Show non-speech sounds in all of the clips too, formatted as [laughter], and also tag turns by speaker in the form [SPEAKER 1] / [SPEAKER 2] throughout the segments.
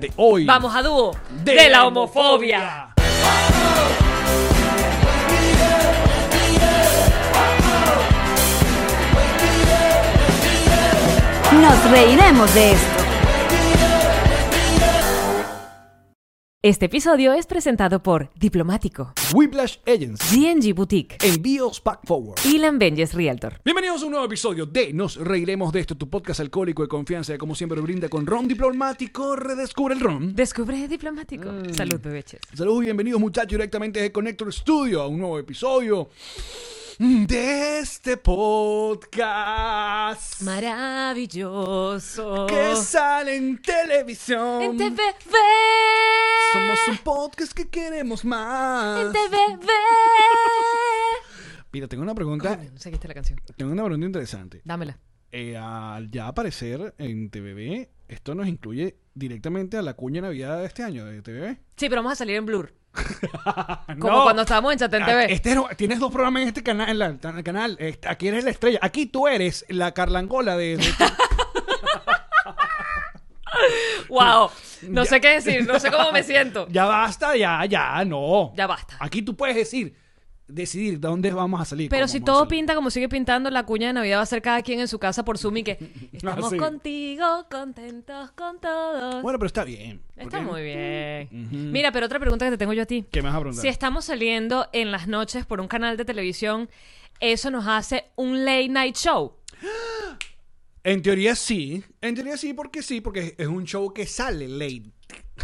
[SPEAKER 1] de hoy?
[SPEAKER 2] Vamos a dúo de, la homofobia.
[SPEAKER 3] Nos reiremos de esto.
[SPEAKER 2] Este episodio es presentado por Diplomático,
[SPEAKER 1] Whiplash Agents.
[SPEAKER 2] DNG Boutique,
[SPEAKER 1] Envíos Pack Forward.
[SPEAKER 2] y Benjes Realtor.
[SPEAKER 1] Bienvenidos a un nuevo episodio de Nos Reiremos de esto, tu podcast alcohólico de confianza, que como siempre brinda con ron diplomático. Redescubre el ron.
[SPEAKER 2] Descubre Diplomático. Salud, bebeches.
[SPEAKER 1] Saludos y bienvenidos, muchachos, directamente de Connector Studio a un nuevo episodio de este podcast
[SPEAKER 2] Maravilloso.
[SPEAKER 1] que sale en televisión.
[SPEAKER 2] En TVV.
[SPEAKER 1] Somos un podcast que queremos más.
[SPEAKER 2] En [laughs] TVV.
[SPEAKER 1] Mira, tengo una pregunta.
[SPEAKER 2] Coño, No seguiste la canción.
[SPEAKER 1] Tengo una pregunta interesante.
[SPEAKER 2] Dámela.
[SPEAKER 1] eh, al ya aparecer en TVB, esto nos incluye directamente a la cuña de Navidad de este año de TVB.
[SPEAKER 2] Sí, pero vamos a salir en blur. Como cuando estábamos en Chatén [laughs]
[SPEAKER 1] Ah,
[SPEAKER 2] TV.
[SPEAKER 1] Este, era- tienes dos programas en este canal. En la- en el canal. Este, Aquí eres la estrella. Aquí tú eres la carlangola de.
[SPEAKER 2] [laughs]
[SPEAKER 1] de-
[SPEAKER 2] [laughs] Wow. No sé qué decir. No sé cómo me siento.
[SPEAKER 1] ya basta, ya, ya, no.
[SPEAKER 2] Ya basta.
[SPEAKER 1] Aquí tú puedes decir, decidir de dónde vamos a salir.
[SPEAKER 2] Pero
[SPEAKER 1] cómo
[SPEAKER 2] si
[SPEAKER 1] vamos a
[SPEAKER 2] todo
[SPEAKER 1] salir.
[SPEAKER 2] pinta como sigue pintando, la cuña de Navidad va a ser cada quien en su casa por Zoom
[SPEAKER 1] [laughs]
[SPEAKER 2] y que estamos
[SPEAKER 1] Ah, sí.
[SPEAKER 2] contigo, contentos con todos.
[SPEAKER 1] Bueno, pero está bien.
[SPEAKER 2] Está
[SPEAKER 1] porque-
[SPEAKER 2] muy bien. Mira, pero otra pregunta que te tengo yo a ti.
[SPEAKER 1] ¿Qué me vas a preguntar?
[SPEAKER 2] Si estamos saliendo en las noches por un canal de televisión, ¿eso nos hace un late night show?
[SPEAKER 1] En teoría sí. En teoría sí, porque sí, porque es un show que sale late.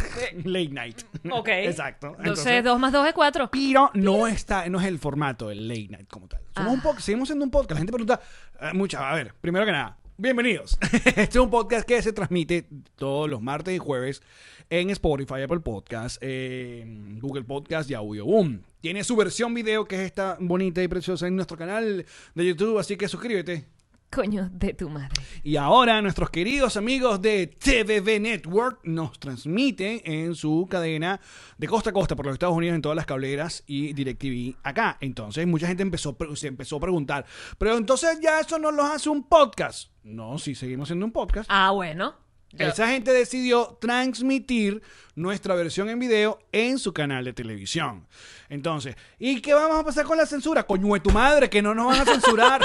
[SPEAKER 1] [laughs] late night.
[SPEAKER 2] Ok.
[SPEAKER 1] Exacto.
[SPEAKER 2] Entonces, dos más dos es cuatro.
[SPEAKER 1] Pero no está, no es el formato del late night como tal. Somos un podcast, seguimos siendo un podcast. La gente pregunta, eh, mucha, a ver, primero que nada, bienvenidos. [laughs] este es un podcast que se transmite todos los martes y jueves en Spotify, Apple Podcast, eh, Google Podcast y Audio Boom. Tiene su versión video que es esta bonita y preciosa en nuestro canal de YouTube, así que suscríbete.
[SPEAKER 2] Coño de tu madre.
[SPEAKER 1] Y ahora nuestros queridos amigos de TVB Network nos transmiten en su cadena de costa a costa por los Estados Unidos en todas las cableras y DirecTV acá. Entonces mucha gente empezó, se empezó a preguntar, pero entonces ya eso no los hace un podcast. No, si seguimos siendo un podcast.
[SPEAKER 2] Ah, bueno. Yo-
[SPEAKER 1] Esa gente decidió transmitir nuestra versión en video en su canal de televisión. Entonces, ¿y qué vamos a pasar con la censura? Coño de tu madre, que no nos van a censurar.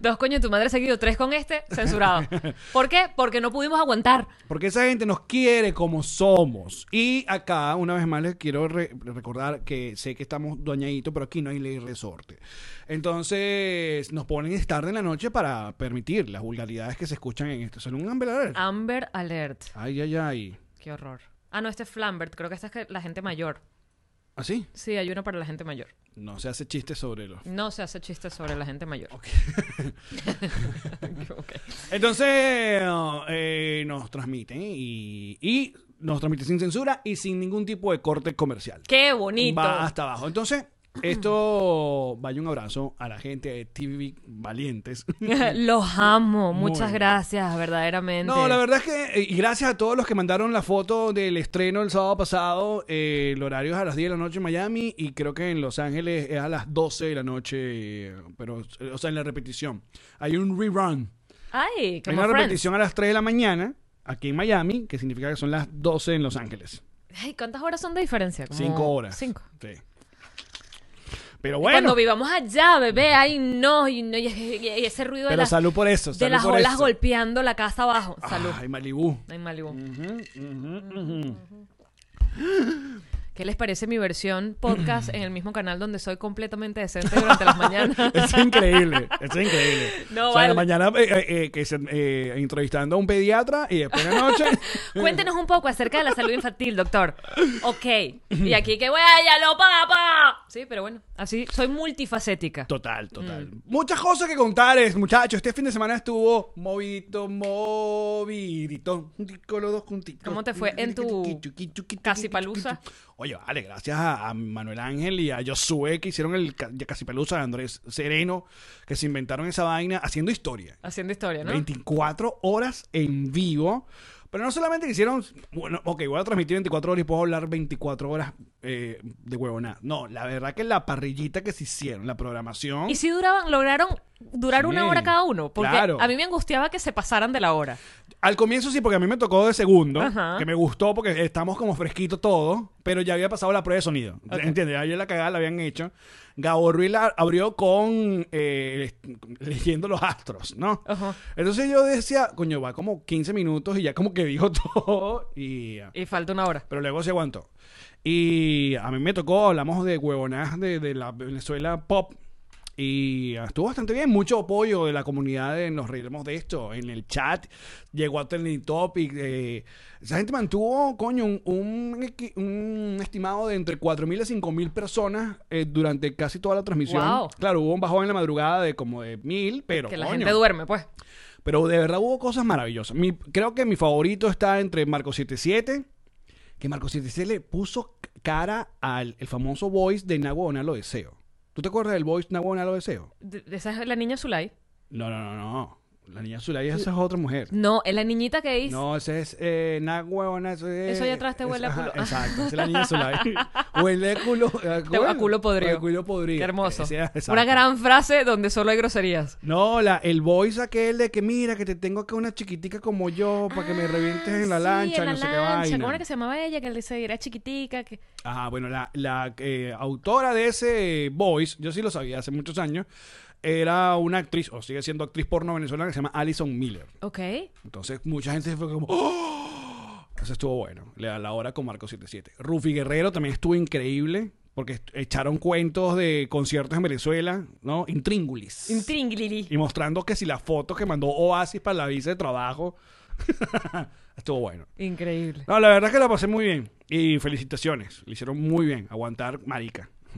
[SPEAKER 2] Dos coño de tu madre seguido, tres con este,
[SPEAKER 1] [laughs]
[SPEAKER 2] censurado. ¿Por qué? Porque no pudimos aguantar.
[SPEAKER 1] Porque esa gente nos quiere como somos. Y acá, una vez más, les quiero re- recordar que sé que estamos doñaditos, pero aquí no hay ley resorte. Entonces, nos ponen tarde en la noche para permitir las vulgaridades que se escuchan en esto. Son un Amber Alert.
[SPEAKER 2] Amber Alert.
[SPEAKER 1] Ay, ay, ay.
[SPEAKER 2] Qué horror. Ah, no, este es Flambert. Creo que esta es que la gente mayor.
[SPEAKER 1] ¿Así?
[SPEAKER 2] Sí, hay uno para la gente mayor.
[SPEAKER 1] ¿Ah, No se hace chiste sobre los.
[SPEAKER 2] No se hace chistes sobre la gente mayor. [laughs] Ok.
[SPEAKER 1] Entonces, eh, nos transmiten y, y nos transmiten sin censura y sin ningún tipo de corte comercial.
[SPEAKER 2] Qué bonito.
[SPEAKER 1] Va hasta abajo.
[SPEAKER 2] [clears throat]
[SPEAKER 1] Entonces, esto vaya un abrazo a la gente de TV Valientes.
[SPEAKER 2] [laughs]
[SPEAKER 1] [laughs]
[SPEAKER 2] Los amo.
[SPEAKER 1] Muy
[SPEAKER 2] Muchas
[SPEAKER 1] bien.
[SPEAKER 2] gracias, verdaderamente.
[SPEAKER 1] No, la verdad es que, eh, y gracias a todos los que mandaron la foto del estreno el sábado pasado, eh, el horario es a las 10 de la noche en Miami y creo que en Los Ángeles es a las 12 de la noche, eh, pero, eh, o sea, en la repetición. Hay un rerun.
[SPEAKER 2] Ay,
[SPEAKER 1] Hay
[SPEAKER 2] como
[SPEAKER 1] una
[SPEAKER 2] Friends.
[SPEAKER 1] repetición a las 3 de la mañana aquí en Miami, que significa que son las 12 en Los Ángeles.
[SPEAKER 2] Ay, ¿cuántas horas son de diferencia? Como
[SPEAKER 1] 5 horas.
[SPEAKER 2] Cinco.
[SPEAKER 1] Sí. Pero
[SPEAKER 2] Cuando
[SPEAKER 1] bueno,
[SPEAKER 2] vivamos allá, bebé, ay, no, y, no, y- y- y ese ruido de
[SPEAKER 1] pero
[SPEAKER 2] las,
[SPEAKER 1] salud por eso.
[SPEAKER 2] de
[SPEAKER 1] salud
[SPEAKER 2] las
[SPEAKER 1] por
[SPEAKER 2] olas
[SPEAKER 1] eso.
[SPEAKER 2] golpeando la casa abajo. Salud.
[SPEAKER 1] Ay, Malibú.
[SPEAKER 2] Ay, Malibu. ¿Qué les parece mi versión podcast en el mismo canal donde soy completamente decente durante
[SPEAKER 1] [laughs]
[SPEAKER 2] las mañanas?
[SPEAKER 1] Es increíble, es increíble.
[SPEAKER 2] [laughs] No,
[SPEAKER 1] o sea, en la
[SPEAKER 2] vale.
[SPEAKER 1] mañana eh, eh, eh, que se- eh, entrevistando a un pediatra y después en la
[SPEAKER 2] [laughs]
[SPEAKER 1] noche.
[SPEAKER 2] Cuéntenos un poco acerca de la salud infantil, doctor. Ok. Y aquí que, güey, ya lo papá. Sí, pero bueno, Así, soy multifacética.
[SPEAKER 1] Total, total.
[SPEAKER 2] Mm.
[SPEAKER 1] Muchas cosas que contarles, muchachos. Este fin de semana estuvo movidito, movidito. Con los dos juntitos.
[SPEAKER 2] ¿Cómo te fue en tu casi palusa?
[SPEAKER 1] Oye, vale, gracias a, a Manuel Ángel y a Josué que hicieron el ca- casi palusa de Andrés Sereno, que se inventaron esa vaina haciendo historia.
[SPEAKER 2] Haciendo historia, ¿no?
[SPEAKER 1] 24 horas en vivo. Pero no solamente que hicieron, bueno, ok, voy a transmitir 24 horas y puedo hablar 24 horas eh, de huevona. No, la verdad que la parrillita que se hicieron, la programación.
[SPEAKER 2] Y si duraban, lograron durar una
[SPEAKER 1] Sí,
[SPEAKER 2] hora cada uno. Porque
[SPEAKER 1] claro.
[SPEAKER 2] a mí me angustiaba que se pasaran de la hora.
[SPEAKER 1] Al comienzo sí, porque a mí me tocó de segundo,
[SPEAKER 2] Ajá.
[SPEAKER 1] que me gustó porque estamos como fresquito todo, pero ya había pasado la prueba de sonido. ¿Entiendes? Ya yo la cagada la habían hecho. Gabo Ruiz la abrió con eh, leyendo los astros, ¿no?
[SPEAKER 2] Ajá.
[SPEAKER 1] Entonces yo decía, coño, va como 15 minutos y ya como que dijo [laughs] todo y...
[SPEAKER 2] Y falta una hora.
[SPEAKER 1] Pero luego se aguantó. Y a mí me tocó, hablamos de huevonadas de, de la Venezuela pop. Y estuvo bastante bien, mucho apoyo de la comunidad en Nos Reiremos de Esto, en el chat, llegó a Trending Topic. eh, esa gente mantuvo, coño, un, un equi- un estimado de entre 4.000 a 5.000 personas eh, durante casi toda la transmisión.
[SPEAKER 2] Wow.
[SPEAKER 1] Claro, hubo un bajón en la madrugada de como de 1.000, pero
[SPEAKER 2] que la
[SPEAKER 1] coño.
[SPEAKER 2] gente duerme, pues.
[SPEAKER 1] Pero de verdad hubo cosas maravillosas. Mi- creo que mi favorito está entre Marco 77, que Marco 77 le puso c- cara al el famoso voice de Nagona Lo Deseo. ¿Tú te acuerdas del voice Nagona Lo Deseo?
[SPEAKER 2] De- de Esa es la niña Zulay.
[SPEAKER 1] No, no, no, no. La niña Zulay, esa es otra mujer.
[SPEAKER 2] No, es la niñita que dice.
[SPEAKER 1] No, ese es eh, Nagona. ese-
[SPEAKER 2] Eso allá atrás te
[SPEAKER 1] ese-
[SPEAKER 2] huele a
[SPEAKER 1] ajá,
[SPEAKER 2] culo.
[SPEAKER 1] Exacto, esa es la niña
[SPEAKER 2] [laughs]
[SPEAKER 1] Zulay. huele a culo. A
[SPEAKER 2] Te- a culo podrido.
[SPEAKER 1] A culo podrido.
[SPEAKER 2] Qué hermoso.
[SPEAKER 1] Ese- exacto.
[SPEAKER 2] Una gran frase donde solo hay groserías.
[SPEAKER 1] No, la, el voice aquel de que mira, que te tengo acá una chiquitica como yo para que me revientes en la
[SPEAKER 2] Ah, Sí,
[SPEAKER 1] lancha,
[SPEAKER 2] en la
[SPEAKER 1] no sé qué
[SPEAKER 2] lancha.
[SPEAKER 1] vaina.
[SPEAKER 2] ¿Cómo era que se llamaba ella? Que dice, era chiquitica. Que...
[SPEAKER 1] Ajá, bueno, la, la, eh, autora de ese voice, yo sí lo sabía hace muchos años, era una actriz, o sigue siendo actriz porno venezolana que se llama Alison Miller.
[SPEAKER 2] Ok.
[SPEAKER 1] Entonces, mucha gente fue como. ¡Oh! Eso estuvo bueno. La, la hora con Marco 77. Rufi Guerrero también estuvo increíble. Porque est- echaron cuentos de conciertos en Venezuela, ¿no? Intríngulis.
[SPEAKER 2] Intringlili.
[SPEAKER 1] y mostrando que si las fotos que mandó Oasis para la visa de trabajo. [laughs] estuvo bueno.
[SPEAKER 2] Increíble.
[SPEAKER 1] No, la verdad es que la pasé muy bien. Y felicitaciones. Le hicieron muy bien. Aguantar marica. [laughs]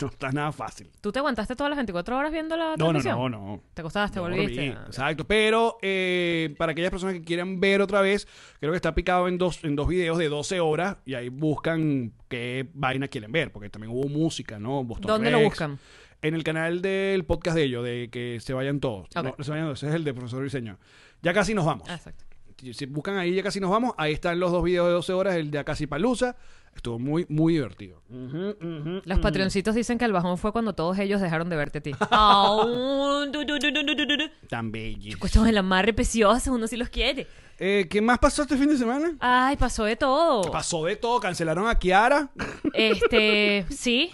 [SPEAKER 1] no está nada fácil.
[SPEAKER 2] ¿Tú te aguantaste todas las 24 horas viendo la
[SPEAKER 1] No, no,
[SPEAKER 2] transmisión?
[SPEAKER 1] no, no.
[SPEAKER 2] ¿Te acostabas? ¿Te
[SPEAKER 1] No,
[SPEAKER 2] volviste?
[SPEAKER 1] volví,
[SPEAKER 2] Ah, ok.
[SPEAKER 1] Exacto. Pero eh, para aquellas personas que quieran ver otra vez, creo que está picado en dos, en dos videos de 12 horas y ahí buscan qué vaina quieren ver, porque también hubo música, ¿no? Boston
[SPEAKER 2] ¿Dónde lo
[SPEAKER 1] Rex.
[SPEAKER 2] buscan?
[SPEAKER 1] En el canal del podcast de ellos, de que se vayan todos.
[SPEAKER 2] Ok.
[SPEAKER 1] No, se vayan todos. Ese es el de profesor Briseño. Ya casi nos vamos.
[SPEAKER 2] Ah, exacto.
[SPEAKER 1] Si si buscan ahí, ya casi nos vamos. Ahí están los dos videos de 12 horas, el de Acasi Palusa. Estuvo muy, muy divertido. Mm,
[SPEAKER 2] Los patroncitos dicen que el bajón fue cuando todos ellos dejaron de [laughs] verte a ti.
[SPEAKER 1] Tan bello.
[SPEAKER 2] Cuestos el amarre precioso, uno sí los quiere.
[SPEAKER 1] Eh, ¿Qué más pasó este fin de semana?
[SPEAKER 2] Ay, pasó de todo.
[SPEAKER 1] Pasó de todo. Cancelaron a Kiara. [laughs]
[SPEAKER 2] Este, sí.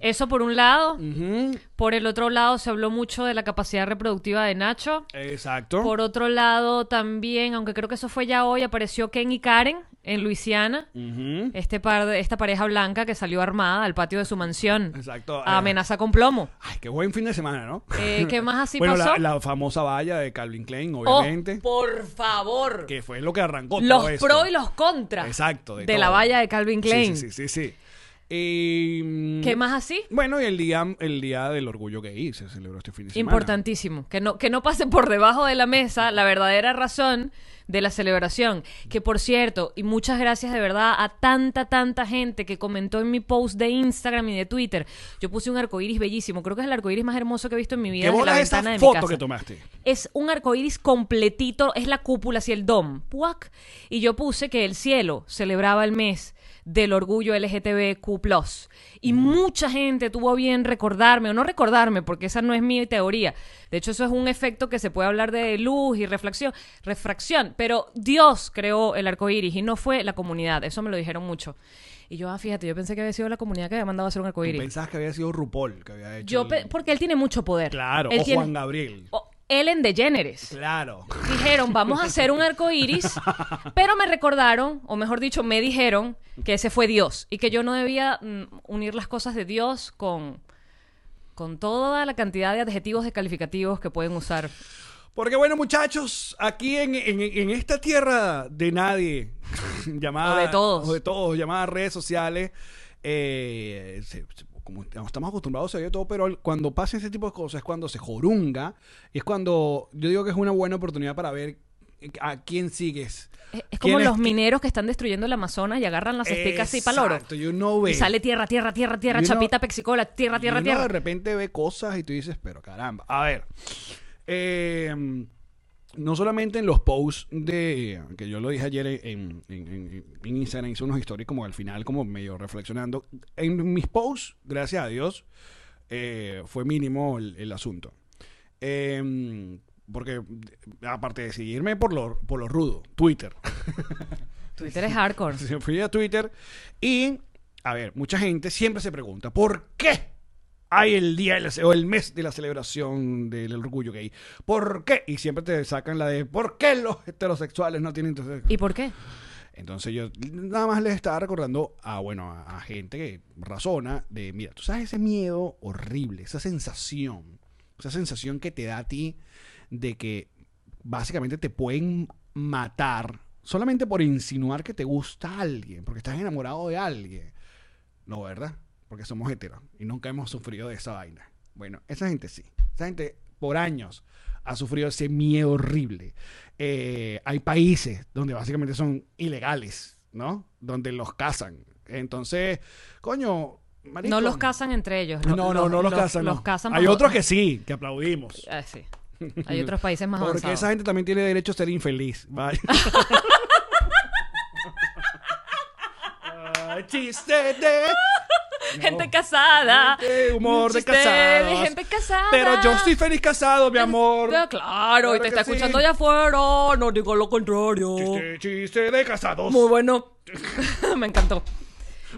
[SPEAKER 2] Eso por un lado.
[SPEAKER 1] Ujú.
[SPEAKER 2] Por el otro lado, se habló mucho de la capacidad reproductiva de Nacho.
[SPEAKER 1] Exacto.
[SPEAKER 2] Por otro lado, también, aunque creo que eso fue ya hoy, apareció Ken y Karen en Luisiana.
[SPEAKER 1] Ujú.
[SPEAKER 2] Este par de, esta pareja blanca que salió armada al patio de su mansión.
[SPEAKER 1] Exacto. Eh,
[SPEAKER 2] A amenaza con plomo.
[SPEAKER 1] Ay, qué buen fin de semana, ¿no?
[SPEAKER 2] Eh,
[SPEAKER 1] [laughs]
[SPEAKER 2] ¿Qué más así
[SPEAKER 1] bueno,
[SPEAKER 2] pasó?
[SPEAKER 1] La, la famosa valla de Calvin Klein,
[SPEAKER 2] Oh,
[SPEAKER 1] obviamente.
[SPEAKER 2] por favor.
[SPEAKER 1] que fue lo que arrancó
[SPEAKER 2] Los
[SPEAKER 1] todo esto.
[SPEAKER 2] pro y los contra.
[SPEAKER 1] Exacto.
[SPEAKER 2] De,
[SPEAKER 1] todo.
[SPEAKER 2] la valla de Calvin
[SPEAKER 1] Sí,
[SPEAKER 2] Klein.
[SPEAKER 1] Sí, sí, sí. sí. Y, mm,
[SPEAKER 2] ¿Qué más así?
[SPEAKER 1] Bueno, y el día, el día del orgullo gay se celebró este fin de semana.
[SPEAKER 2] Importantísimo. Que no, que no pase por debajo de la mesa la verdadera razón de la celebración. Que por cierto, y muchas gracias de verdad a tanta, tanta gente que comentó en mi post de Instagram y de Twitter. Yo puse un arcoíris bellísimo. Creo que es el arcoíris más hermoso que he visto en mi
[SPEAKER 1] ¿Qué
[SPEAKER 2] vida. desde la
[SPEAKER 1] bola
[SPEAKER 2] ventana
[SPEAKER 1] esa
[SPEAKER 2] de mi
[SPEAKER 1] foto
[SPEAKER 2] casa.
[SPEAKER 1] que tomaste?
[SPEAKER 2] es un arcoíris completito, es la cúpula hacia el dom. ¡Puac! Y yo puse que el cielo celebraba el mes del orgullo LGTBQ+. Y
[SPEAKER 1] Mm.
[SPEAKER 2] mucha gente tuvo a bien recordarme, o no recordarme, porque esa no es mi teoría. De hecho, eso es un efecto que se puede hablar de luz y reflexión, refracción. Pero Dios creó el arcoíris y no fue la comunidad. Eso me lo dijeron mucho. Y yo, ah, fíjate, yo pensé que había sido la comunidad que había mandado a hacer un
[SPEAKER 1] Tú
[SPEAKER 2] arcoíris.
[SPEAKER 1] pensabas que había sido RuPaul que había hecho.
[SPEAKER 2] Yo
[SPEAKER 1] el-
[SPEAKER 2] pe- porque él tiene mucho poder.
[SPEAKER 1] Claro,
[SPEAKER 2] Él
[SPEAKER 1] o
[SPEAKER 2] tiene-
[SPEAKER 1] Juan Gabriel.
[SPEAKER 2] o Ellen DeGeneres
[SPEAKER 1] Claro.
[SPEAKER 2] dijeron, vamos a hacer un arco iris, pero me recordaron, o mejor dicho, me dijeron que ese fue Dios y que yo no debía mm, unir las cosas de Dios con, con toda la cantidad de adjetivos y calificativos que pueden usar.
[SPEAKER 1] Porque bueno, muchachos, aquí en, en- en esta tierra de nadie, [laughs] llamada...
[SPEAKER 2] O de todos.
[SPEAKER 1] o de todos, llamada redes sociales, eh, se- se- como no estamos acostumbrados a ver todo, pero el- cuando pasa ese tipo de cosas es cuando se jorunga y es cuando yo digo que es una buena oportunidad para ver a quién sigues.
[SPEAKER 2] Es, es como
[SPEAKER 1] ¿Quién es
[SPEAKER 2] los
[SPEAKER 1] que-
[SPEAKER 2] mineros que están destruyendo el Amazonas y agarran las especas así para oro.
[SPEAKER 1] Exacto, you know
[SPEAKER 2] Y
[SPEAKER 1] it.
[SPEAKER 2] sale tierra, tierra, tierra, tierra,
[SPEAKER 1] Y uno-
[SPEAKER 2] chapita, pexicola, tierra,
[SPEAKER 1] Y
[SPEAKER 2] tierra,
[SPEAKER 1] uno
[SPEAKER 2] tierra.
[SPEAKER 1] de repente ve cosas y tú dices, pero caramba. A ver. eh, no solamente en los posts de. que yo lo dije ayer en, en- en- en Instagram, hice unos stories como al final, como medio reflexionando. En mis posts, gracias a Dios, eh, fue mínimo el, el asunto. Eh, porque aparte de seguirme por lo, por lo rudo, Twitter.
[SPEAKER 2] Twitter es hardcore.
[SPEAKER 1] Se fui a Twitter y, a ver, mucha gente siempre se pregunta, ¿por qué hay el día de la ce- o el mes de la celebración del orgullo gay? ¿Por qué? Y siempre te sacan la de, ¿por qué los heterosexuales no tienen... entonces-
[SPEAKER 2] ¿Y por qué?
[SPEAKER 1] Entonces yo nada más les estaba recordando a, bueno, a, a gente que razona de, mira, tú sabes ese miedo horrible, esa sensación, esa sensación que te da a ti de que básicamente te pueden matar solamente por insinuar que te gusta alguien, porque estás enamorado de alguien. No, ¿verdad? Porque somos heteros y nunca hemos sufrido de esa vaina. Bueno, esa gente sí. Esa gente por años ha sufrido ese miedo horrible. Eh, hay países donde básicamente son ilegales, ¿no? Donde los cazan. Entonces, coño, marico,
[SPEAKER 2] No los casan entre ellos.
[SPEAKER 1] No, no,
[SPEAKER 2] lo- lo-
[SPEAKER 1] no, los casan.
[SPEAKER 2] Los
[SPEAKER 1] no.
[SPEAKER 2] casan
[SPEAKER 1] hay
[SPEAKER 2] por-
[SPEAKER 1] otros que sí, que aplaudimos.
[SPEAKER 2] Ah, sí. Hay otros países más
[SPEAKER 1] Porque
[SPEAKER 2] avanzados.
[SPEAKER 1] esa gente también tiene derecho a ser infeliz. [laughs] Vaya. Ah, chiste de
[SPEAKER 2] Gente casada.
[SPEAKER 1] de humor de
[SPEAKER 2] Chiste de
[SPEAKER 1] casados.
[SPEAKER 2] gente casada.
[SPEAKER 1] Pero yo estoy feliz casado, mi amor.
[SPEAKER 2] Ah, Claro, y
[SPEAKER 1] Claro
[SPEAKER 2] te
[SPEAKER 1] que
[SPEAKER 2] está
[SPEAKER 1] sí.
[SPEAKER 2] escuchando allá afuera. No digo lo contrario.
[SPEAKER 1] Chiste, chiste de casados.
[SPEAKER 2] Oh. Muy bueno. [laughs] Me encantó.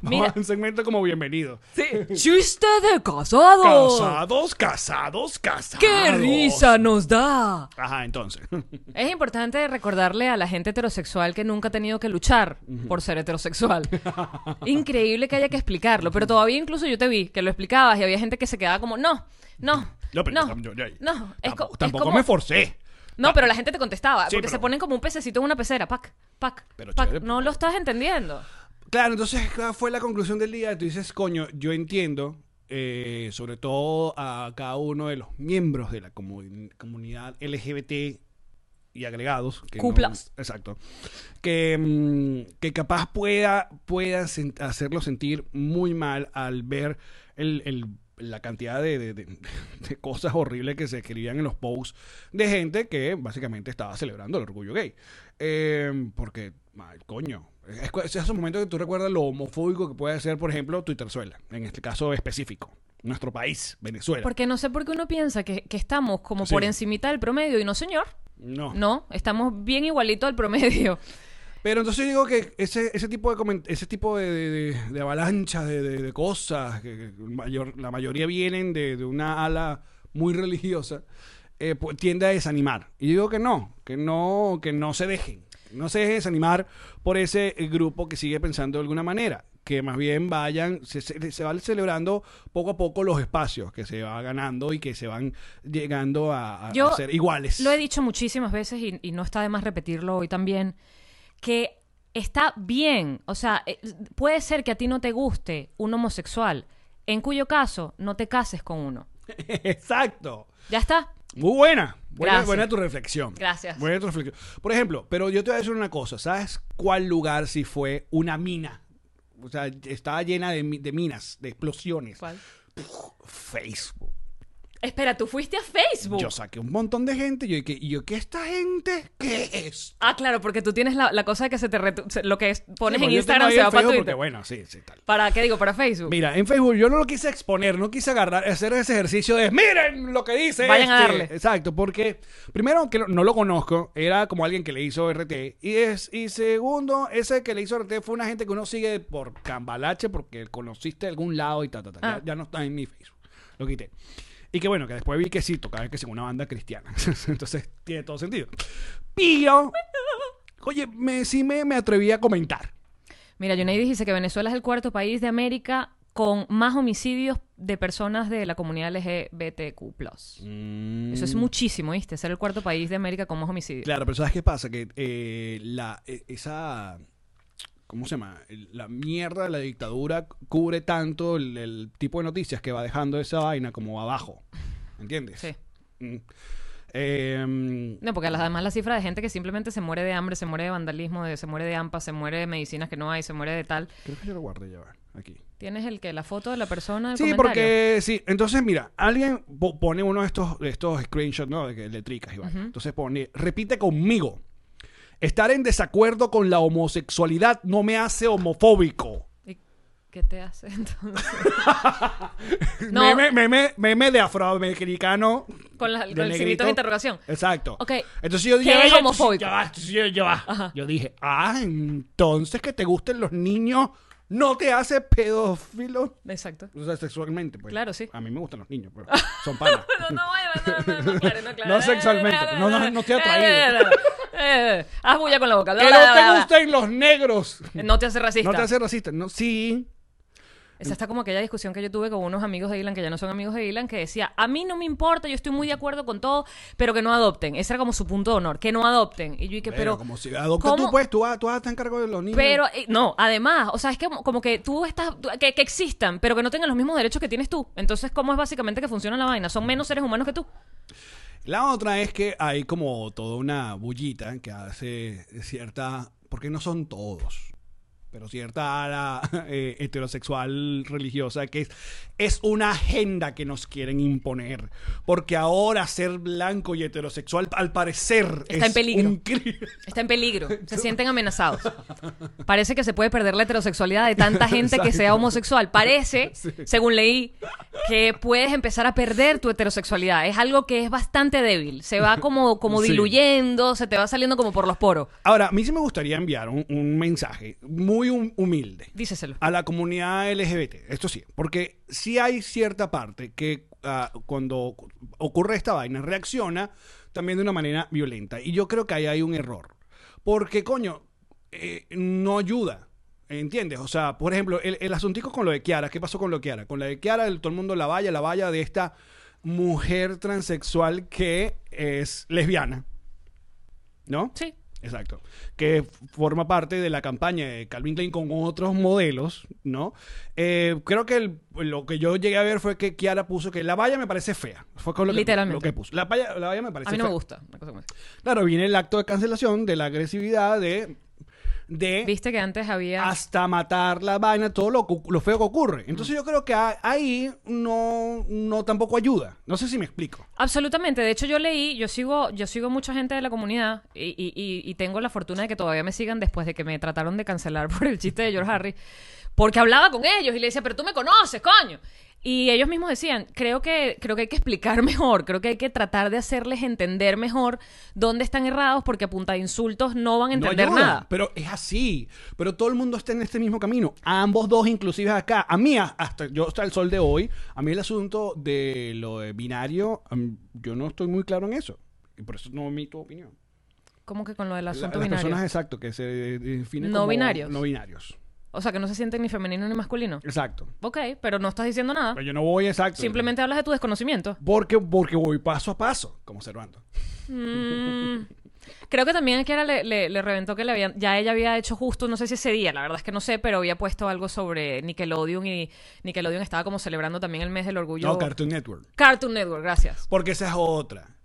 [SPEAKER 1] Vamos
[SPEAKER 2] Mira,
[SPEAKER 1] a un segmento como bienvenido.
[SPEAKER 2] sí. Chiste de casado.
[SPEAKER 1] Casados, casados, casados.
[SPEAKER 2] Oh. ¡Qué risa nos da!
[SPEAKER 1] Ajá, entonces. [laughs]
[SPEAKER 2] Es importante recordarle a la gente heterosexual que nunca ha tenido que luchar por ser heterosexual. Increíble que haya que explicarlo, pero todavía incluso yo te vi que lo explicabas y había gente que se quedaba como, no, no,
[SPEAKER 1] No,
[SPEAKER 2] no,
[SPEAKER 1] pero
[SPEAKER 2] no,
[SPEAKER 1] yo- yo- yo-
[SPEAKER 2] es co-
[SPEAKER 1] tampoco,
[SPEAKER 2] es
[SPEAKER 1] tampoco
[SPEAKER 2] como-
[SPEAKER 1] me forcé.
[SPEAKER 2] No, pero la gente te contestaba,
[SPEAKER 1] Sí,
[SPEAKER 2] porque
[SPEAKER 1] pero-
[SPEAKER 2] se ponen como un pececito en una pecera, pac, pac,
[SPEAKER 1] Pero
[SPEAKER 2] pac,
[SPEAKER 1] chévere,
[SPEAKER 2] no lo estás entendiendo.
[SPEAKER 1] Claro, entonces ¿cuál fue la conclusión del día. Tú dices, coño, yo entiendo, eh, sobre todo a cada uno de los miembros de la comu- comunidad LGBT y agregados. Que
[SPEAKER 2] Q+.
[SPEAKER 1] exacto. Que, mm, que capaz pueda, pueda sen- hacerlo sentir muy mal al ver el- el- la cantidad de, de- de- de cosas horribles que se escribían en los posts de gente que básicamente estaba celebrando el orgullo gay. Eh, porque, ay, coño, es, cu- es esos momentos que tú recuerdas lo homofóbico que puede ser, por ejemplo, Twitterzuela, en este caso específico, nuestro país, Venezuela.
[SPEAKER 2] Porque no sé por qué uno piensa que, que estamos como
[SPEAKER 1] Sí.
[SPEAKER 2] por encimita del promedio y no, señor,
[SPEAKER 1] No.
[SPEAKER 2] no, estamos bien igualito al
[SPEAKER 1] [laughs]
[SPEAKER 2] promedio.
[SPEAKER 1] Pero entonces yo digo que ese, ese tipo de comen- ese tipo de, de, de- de avalanchas, de, de- de cosas, que que mayor, la mayoría vienen de, de una ala muy religiosa, eh, pu- tiende a desanimar. Y yo digo que no, que no, que no se dejen. No se dejen desanimar por ese eh, grupo que sigue pensando de alguna manera. Que más bien vayan, se, se, se van celebrando poco a poco los espacios que se va ganando y que se van llegando a, a-
[SPEAKER 2] Yo
[SPEAKER 1] a ser iguales.
[SPEAKER 2] Lo he dicho muchísimas veces y, y no está de más repetirlo hoy también, que está bien, o sea, eh, puede ser que a ti no te guste un homosexual, en cuyo caso no te cases con uno.
[SPEAKER 1] [laughs] Exacto.
[SPEAKER 2] Ya está.
[SPEAKER 1] Muy buena. Buena,
[SPEAKER 2] Gracias.
[SPEAKER 1] buena tu reflexión.
[SPEAKER 2] Gracias.
[SPEAKER 1] Buena tu reflexión. Por ejemplo, pero yo te voy a decir una cosa. ¿Sabes cuál lugar si fue una mina? O sea, estaba llena de, mi- de minas, de explosiones. Facebook.
[SPEAKER 2] Espera, tú fuiste a Facebook.
[SPEAKER 1] Yo saqué un montón de gente y yo dije, ¿y yo qué esta gente? ¿Qué es?
[SPEAKER 2] Ah, claro, porque tú tienes la, la cosa de que se te retu- se- lo que es- pones
[SPEAKER 1] Sí,
[SPEAKER 2] en
[SPEAKER 1] porque yo tengo
[SPEAKER 2] Instagram
[SPEAKER 1] ahí
[SPEAKER 2] se
[SPEAKER 1] en
[SPEAKER 2] va para
[SPEAKER 1] Facebook porque,
[SPEAKER 2] Twitter.
[SPEAKER 1] bueno, sí, sí, tal.
[SPEAKER 2] ¿Para qué digo? Para Facebook.
[SPEAKER 1] Mira, en Facebook yo no lo quise exponer, no quise agarrar, hacer ese ejercicio de miren lo que dice.
[SPEAKER 2] Vayan a
[SPEAKER 1] este".
[SPEAKER 2] darle.
[SPEAKER 1] Exacto, porque primero que lo- no lo conozco, era como alguien que le hizo RT. Y, es, y segundo, ese que le hizo RT fue una gente que uno sigue por cambalache porque conociste de algún lado y ta, ta, ta. Ya-
[SPEAKER 2] Ah.
[SPEAKER 1] Ya, no está en mi Facebook. Lo quité. Y que bueno, que después vi que sí, tocaba que según una banda cristiana. [laughs] Entonces tiene todo sentido. Pío. Oye, me, sí me, me atreví a comentar.
[SPEAKER 2] Mira, Junaid dice que Venezuela es el cuarto país de América con más homicidios de personas de la comunidad LGBTQ+.
[SPEAKER 1] Mm.
[SPEAKER 2] Eso es muchísimo, ¿viste? Ser el cuarto país de América con más homicidios.
[SPEAKER 1] Claro, pero ¿sabes qué pasa? Que eh, la, e- esa, ¿cómo se llama? El- La mierda de la dictadura cubre tanto el, el tipo de noticias que va dejando esa vaina como abajo. ¿Entiendes?
[SPEAKER 2] Sí.
[SPEAKER 1] Mm. Eh,
[SPEAKER 2] No, porque las- además la cifra de gente que simplemente se muere de hambre, se muere de vandalismo, de- se muere de AMPA, se muere de medicinas que no hay, se muere de tal.
[SPEAKER 1] creo que yo lo guardé ya, va, aquí.
[SPEAKER 2] ¿Tienes el que la foto de la persona? Ah, el
[SPEAKER 1] Sí,
[SPEAKER 2] comentario?
[SPEAKER 1] porque sí. Entonces, mira, alguien po- pone uno de estos, de estos screenshots, ¿no? De que letricas y vaina. Entonces pone, repite conmigo. Estar en desacuerdo con la homosexualidad no me hace homofóbico.
[SPEAKER 2] ¿Y ¿Qué te hace
[SPEAKER 1] [laughs]
[SPEAKER 2] entonces? No.
[SPEAKER 1] Meme, meme, meme de afroamericano.
[SPEAKER 2] Con la- con
[SPEAKER 1] de
[SPEAKER 2] el
[SPEAKER 1] negrito.
[SPEAKER 2] signito de interrogación.
[SPEAKER 1] Exacto.
[SPEAKER 2] Ok.
[SPEAKER 1] Entonces yo dije.
[SPEAKER 2] ¿Qué es
[SPEAKER 1] "Ay, entonces
[SPEAKER 2] homofóbico?"
[SPEAKER 1] ya va, entonces yo, ya va. Yo dije, ah, entonces que te gusten los niños no te hace pedófilo.
[SPEAKER 2] Exacto.
[SPEAKER 1] O sea, sexualmente, pues.
[SPEAKER 2] Claro, sí.
[SPEAKER 1] A mí me gustan los
[SPEAKER 2] [laughs]
[SPEAKER 1] niños, pero son panas.
[SPEAKER 2] No, no, bueno,
[SPEAKER 1] [laughs]
[SPEAKER 2] no, no, no, claro, no, claro.
[SPEAKER 1] No sexualmente, no, no, no estoy atraído.
[SPEAKER 2] Eh, eh, eh, eh, Haz bulla con la boca. bla,
[SPEAKER 1] que
[SPEAKER 2] bla,
[SPEAKER 1] no
[SPEAKER 2] bla,
[SPEAKER 1] te
[SPEAKER 2] bla.
[SPEAKER 1] gusten los negros.
[SPEAKER 2] No te hace racista.
[SPEAKER 1] No te hace racista. No, sí.
[SPEAKER 2] Esa está como aquella discusión que yo tuve con unos amigos de Ilan que ya no son amigos de Ilan, que decía, a mí no me importa, yo estoy muy de acuerdo con todo, pero que no adopten. Ese era como su punto de honor, que no adopten. Y yo dije,
[SPEAKER 1] Pero,
[SPEAKER 2] pero...
[SPEAKER 1] como si adopta tú,
[SPEAKER 2] ¿cómo?
[SPEAKER 1] pues, tú vas, tú vas a estar en cargo de los niños.
[SPEAKER 2] Pero, eh, no, además, o sea, es que como, como que tú estás, tú- que, que existan, pero que no tengan los mismos derechos que tienes tú. Entonces, ¿cómo es básicamente que funciona la vaina? Son menos seres humanos que tú.
[SPEAKER 1] La otra es que hay como toda una bullita que hace cierta. Porque no son todos. Pero cierta ala [laughs] eh, heterosexual religiosa que es, es una agenda que nos quieren imponer. Porque ahora ser blanco y heterosexual, al parecer,
[SPEAKER 2] Está en
[SPEAKER 1] es
[SPEAKER 2] peligro.
[SPEAKER 1] un crimen.
[SPEAKER 2] Está en peligro, se sienten amenazados. Parece que se puede perder la heterosexualidad de tanta gente que sea homosexual. Parece, según leí, que puedes empezar a perder tu heterosexualidad. Es algo que es bastante débil. Se va como, como
[SPEAKER 1] Sí.
[SPEAKER 2] diluyendo, se te va saliendo como por los poros.
[SPEAKER 1] [laughs] Ahora, a mí sí me gustaría enviar un, un mensaje muy hum- humilde.
[SPEAKER 2] Díceselo.
[SPEAKER 1] A la comunidad LGBT, esto sí, porque sí hay cierta parte que ah, cuando ocurre esta vaina reacciona también de una manera violenta. Y yo creo que ahí hay un error. Porque, coño, eh, no ayuda. ¿Entiendes? O sea, por ejemplo, el, el asuntico con lo de Kiara. ¿Qué pasó con lo de Kiara? Con la de Kiara, el- todo el mundo la valla, la valla de esta mujer transexual que es lesbiana. ¿No?
[SPEAKER 2] Sí.
[SPEAKER 1] Exacto. Que forma parte de la campaña de Calvin Klein con otros modelos, ¿no? Eh, creo que el- lo que yo llegué a ver fue que Kiara puso que la valla me parece fea. Fue con lo,
[SPEAKER 2] Literalmente.
[SPEAKER 1] Que, lo que puso. La valla, la valla me parece
[SPEAKER 2] A mí no me
[SPEAKER 1] fea.
[SPEAKER 2] gusta. una cosa como esa.
[SPEAKER 1] Claro, viene el acto de cancelación, de la agresividad, de. de
[SPEAKER 2] Viste que antes había...
[SPEAKER 1] hasta matar la vaina, todo lo, cu- lo feo que ocurre. Entonces yo creo que a- ahí no, no tampoco ayuda. No sé si me explico.
[SPEAKER 2] Absolutamente. De hecho, yo leí, yo sigo, yo sigo mucha gente de la comunidad y, y- y- y tengo la fortuna de que todavía me sigan después de que me trataron de cancelar [laughs] por el chiste de George Harry. Porque hablaba con ellos y le decía, pero tú me conoces, coño. Y ellos mismos decían, creo que, creo que hay que explicar [laughs] mejor, creo que hay que tratar de hacerles entender mejor dónde están errados, porque a punta de insultos no van a
[SPEAKER 1] No
[SPEAKER 2] entender
[SPEAKER 1] ayudan,
[SPEAKER 2] nada.
[SPEAKER 1] Pero es así. Pero todo el mundo está en este mismo camino. Ambos dos, inclusive acá. A mí, a- hasta yo hasta el sol de hoy, a mí el asunto de lo de binario, am, yo no estoy muy claro en eso. Y por eso no omito opinión.
[SPEAKER 2] Como que con lo del
[SPEAKER 1] La-
[SPEAKER 2] asunto
[SPEAKER 1] las
[SPEAKER 2] binario.
[SPEAKER 1] personas, exacto, que se definen
[SPEAKER 2] No
[SPEAKER 1] como
[SPEAKER 2] binarios.
[SPEAKER 1] No binarios.
[SPEAKER 2] O sea, que no se sienten ni femenino ni masculino.
[SPEAKER 1] Exacto.
[SPEAKER 2] Ok, pero no estás diciendo nada.
[SPEAKER 1] Pero yo no voy exacto.
[SPEAKER 2] Simplemente hablas de tu desconocimiento.
[SPEAKER 1] Porque, porque voy paso a paso, como Cervando.
[SPEAKER 2] Mm, Creo que también a Kiara le, le- le reventó que le habían, ya ella había hecho justo, no sé si ese día, la verdad es que no sé, pero había puesto algo sobre Nickelodeon y Nickelodeon estaba como celebrando también el mes del orgullo.
[SPEAKER 1] No, Cartoon Network.
[SPEAKER 2] Cartoon Network, gracias.
[SPEAKER 1] Porque esa es otra.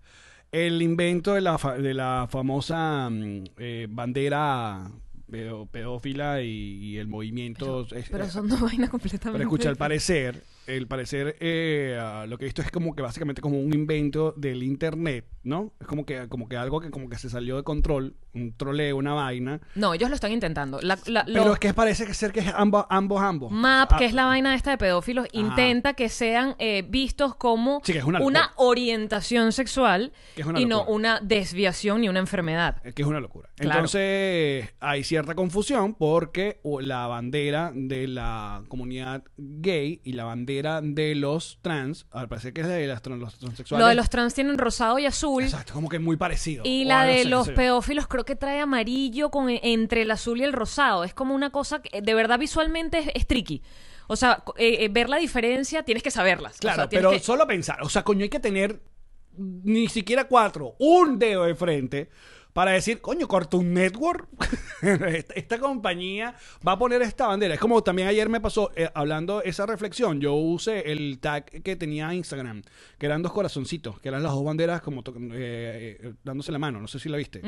[SPEAKER 1] El invento de la, fa- de la famosa mm, eh, bandera peo- pedófila y, y el movimiento. es-
[SPEAKER 2] Pero
[SPEAKER 1] eh,
[SPEAKER 2] son dos vainas completamente.
[SPEAKER 1] pero escucha, al parecer, el parecer, eh, ah, lo que he visto es como que básicamente como un invento del internet, ¿no? Es como que, como que algo que como que se salió de control, un troleo, una vaina.
[SPEAKER 2] No, ellos lo están intentando. La- la-
[SPEAKER 1] Pero
[SPEAKER 2] lo-
[SPEAKER 1] es que parece que ser que es ambos, ambos, ambos.
[SPEAKER 2] MAP,
[SPEAKER 1] Ah,
[SPEAKER 2] que es la vaina esta de pedófilos, intenta que sean eh, vistos como
[SPEAKER 1] Sí, que es una locura.
[SPEAKER 2] orientación sexual
[SPEAKER 1] Que es una
[SPEAKER 2] y no
[SPEAKER 1] locura.
[SPEAKER 2] una desviación ni una enfermedad.
[SPEAKER 1] Es que es una locura.
[SPEAKER 2] Claro.
[SPEAKER 1] Entonces, hay cierta confusión porque o, la bandera de la comunidad gay y la bandera de los trans, al parecer que es de las tran- los transexuales.
[SPEAKER 2] Lo de los trans tienen rosado y azul.
[SPEAKER 1] Exacto, como que muy parecido.
[SPEAKER 2] Y
[SPEAKER 1] O
[SPEAKER 2] la
[SPEAKER 1] algo
[SPEAKER 2] de
[SPEAKER 1] así,
[SPEAKER 2] los
[SPEAKER 1] sí.
[SPEAKER 2] pedófilos creo que trae amarillo con eh, entre el azul y el rosado. Es como una cosa que eh, de verdad visualmente es, es tricky. O sea, co- eh, eh, ver la diferencia tienes que saberlas. O
[SPEAKER 1] Claro,
[SPEAKER 2] sea, tienes
[SPEAKER 1] pero
[SPEAKER 2] que-
[SPEAKER 1] solo pensar. O sea, coño, hay que tener ni siquiera cuatro, un dedo de frente para decir, coño, Cartoon Network, [laughs] esta, esta compañía va a poner esta bandera. Es como también ayer me pasó, eh, hablando esa reflexión, yo usé el tag que tenía Instagram, que eran dos corazoncitos, que eran las dos banderas como to- eh, eh, dándose la mano, no sé si la
[SPEAKER 2] Mm.
[SPEAKER 1] viste.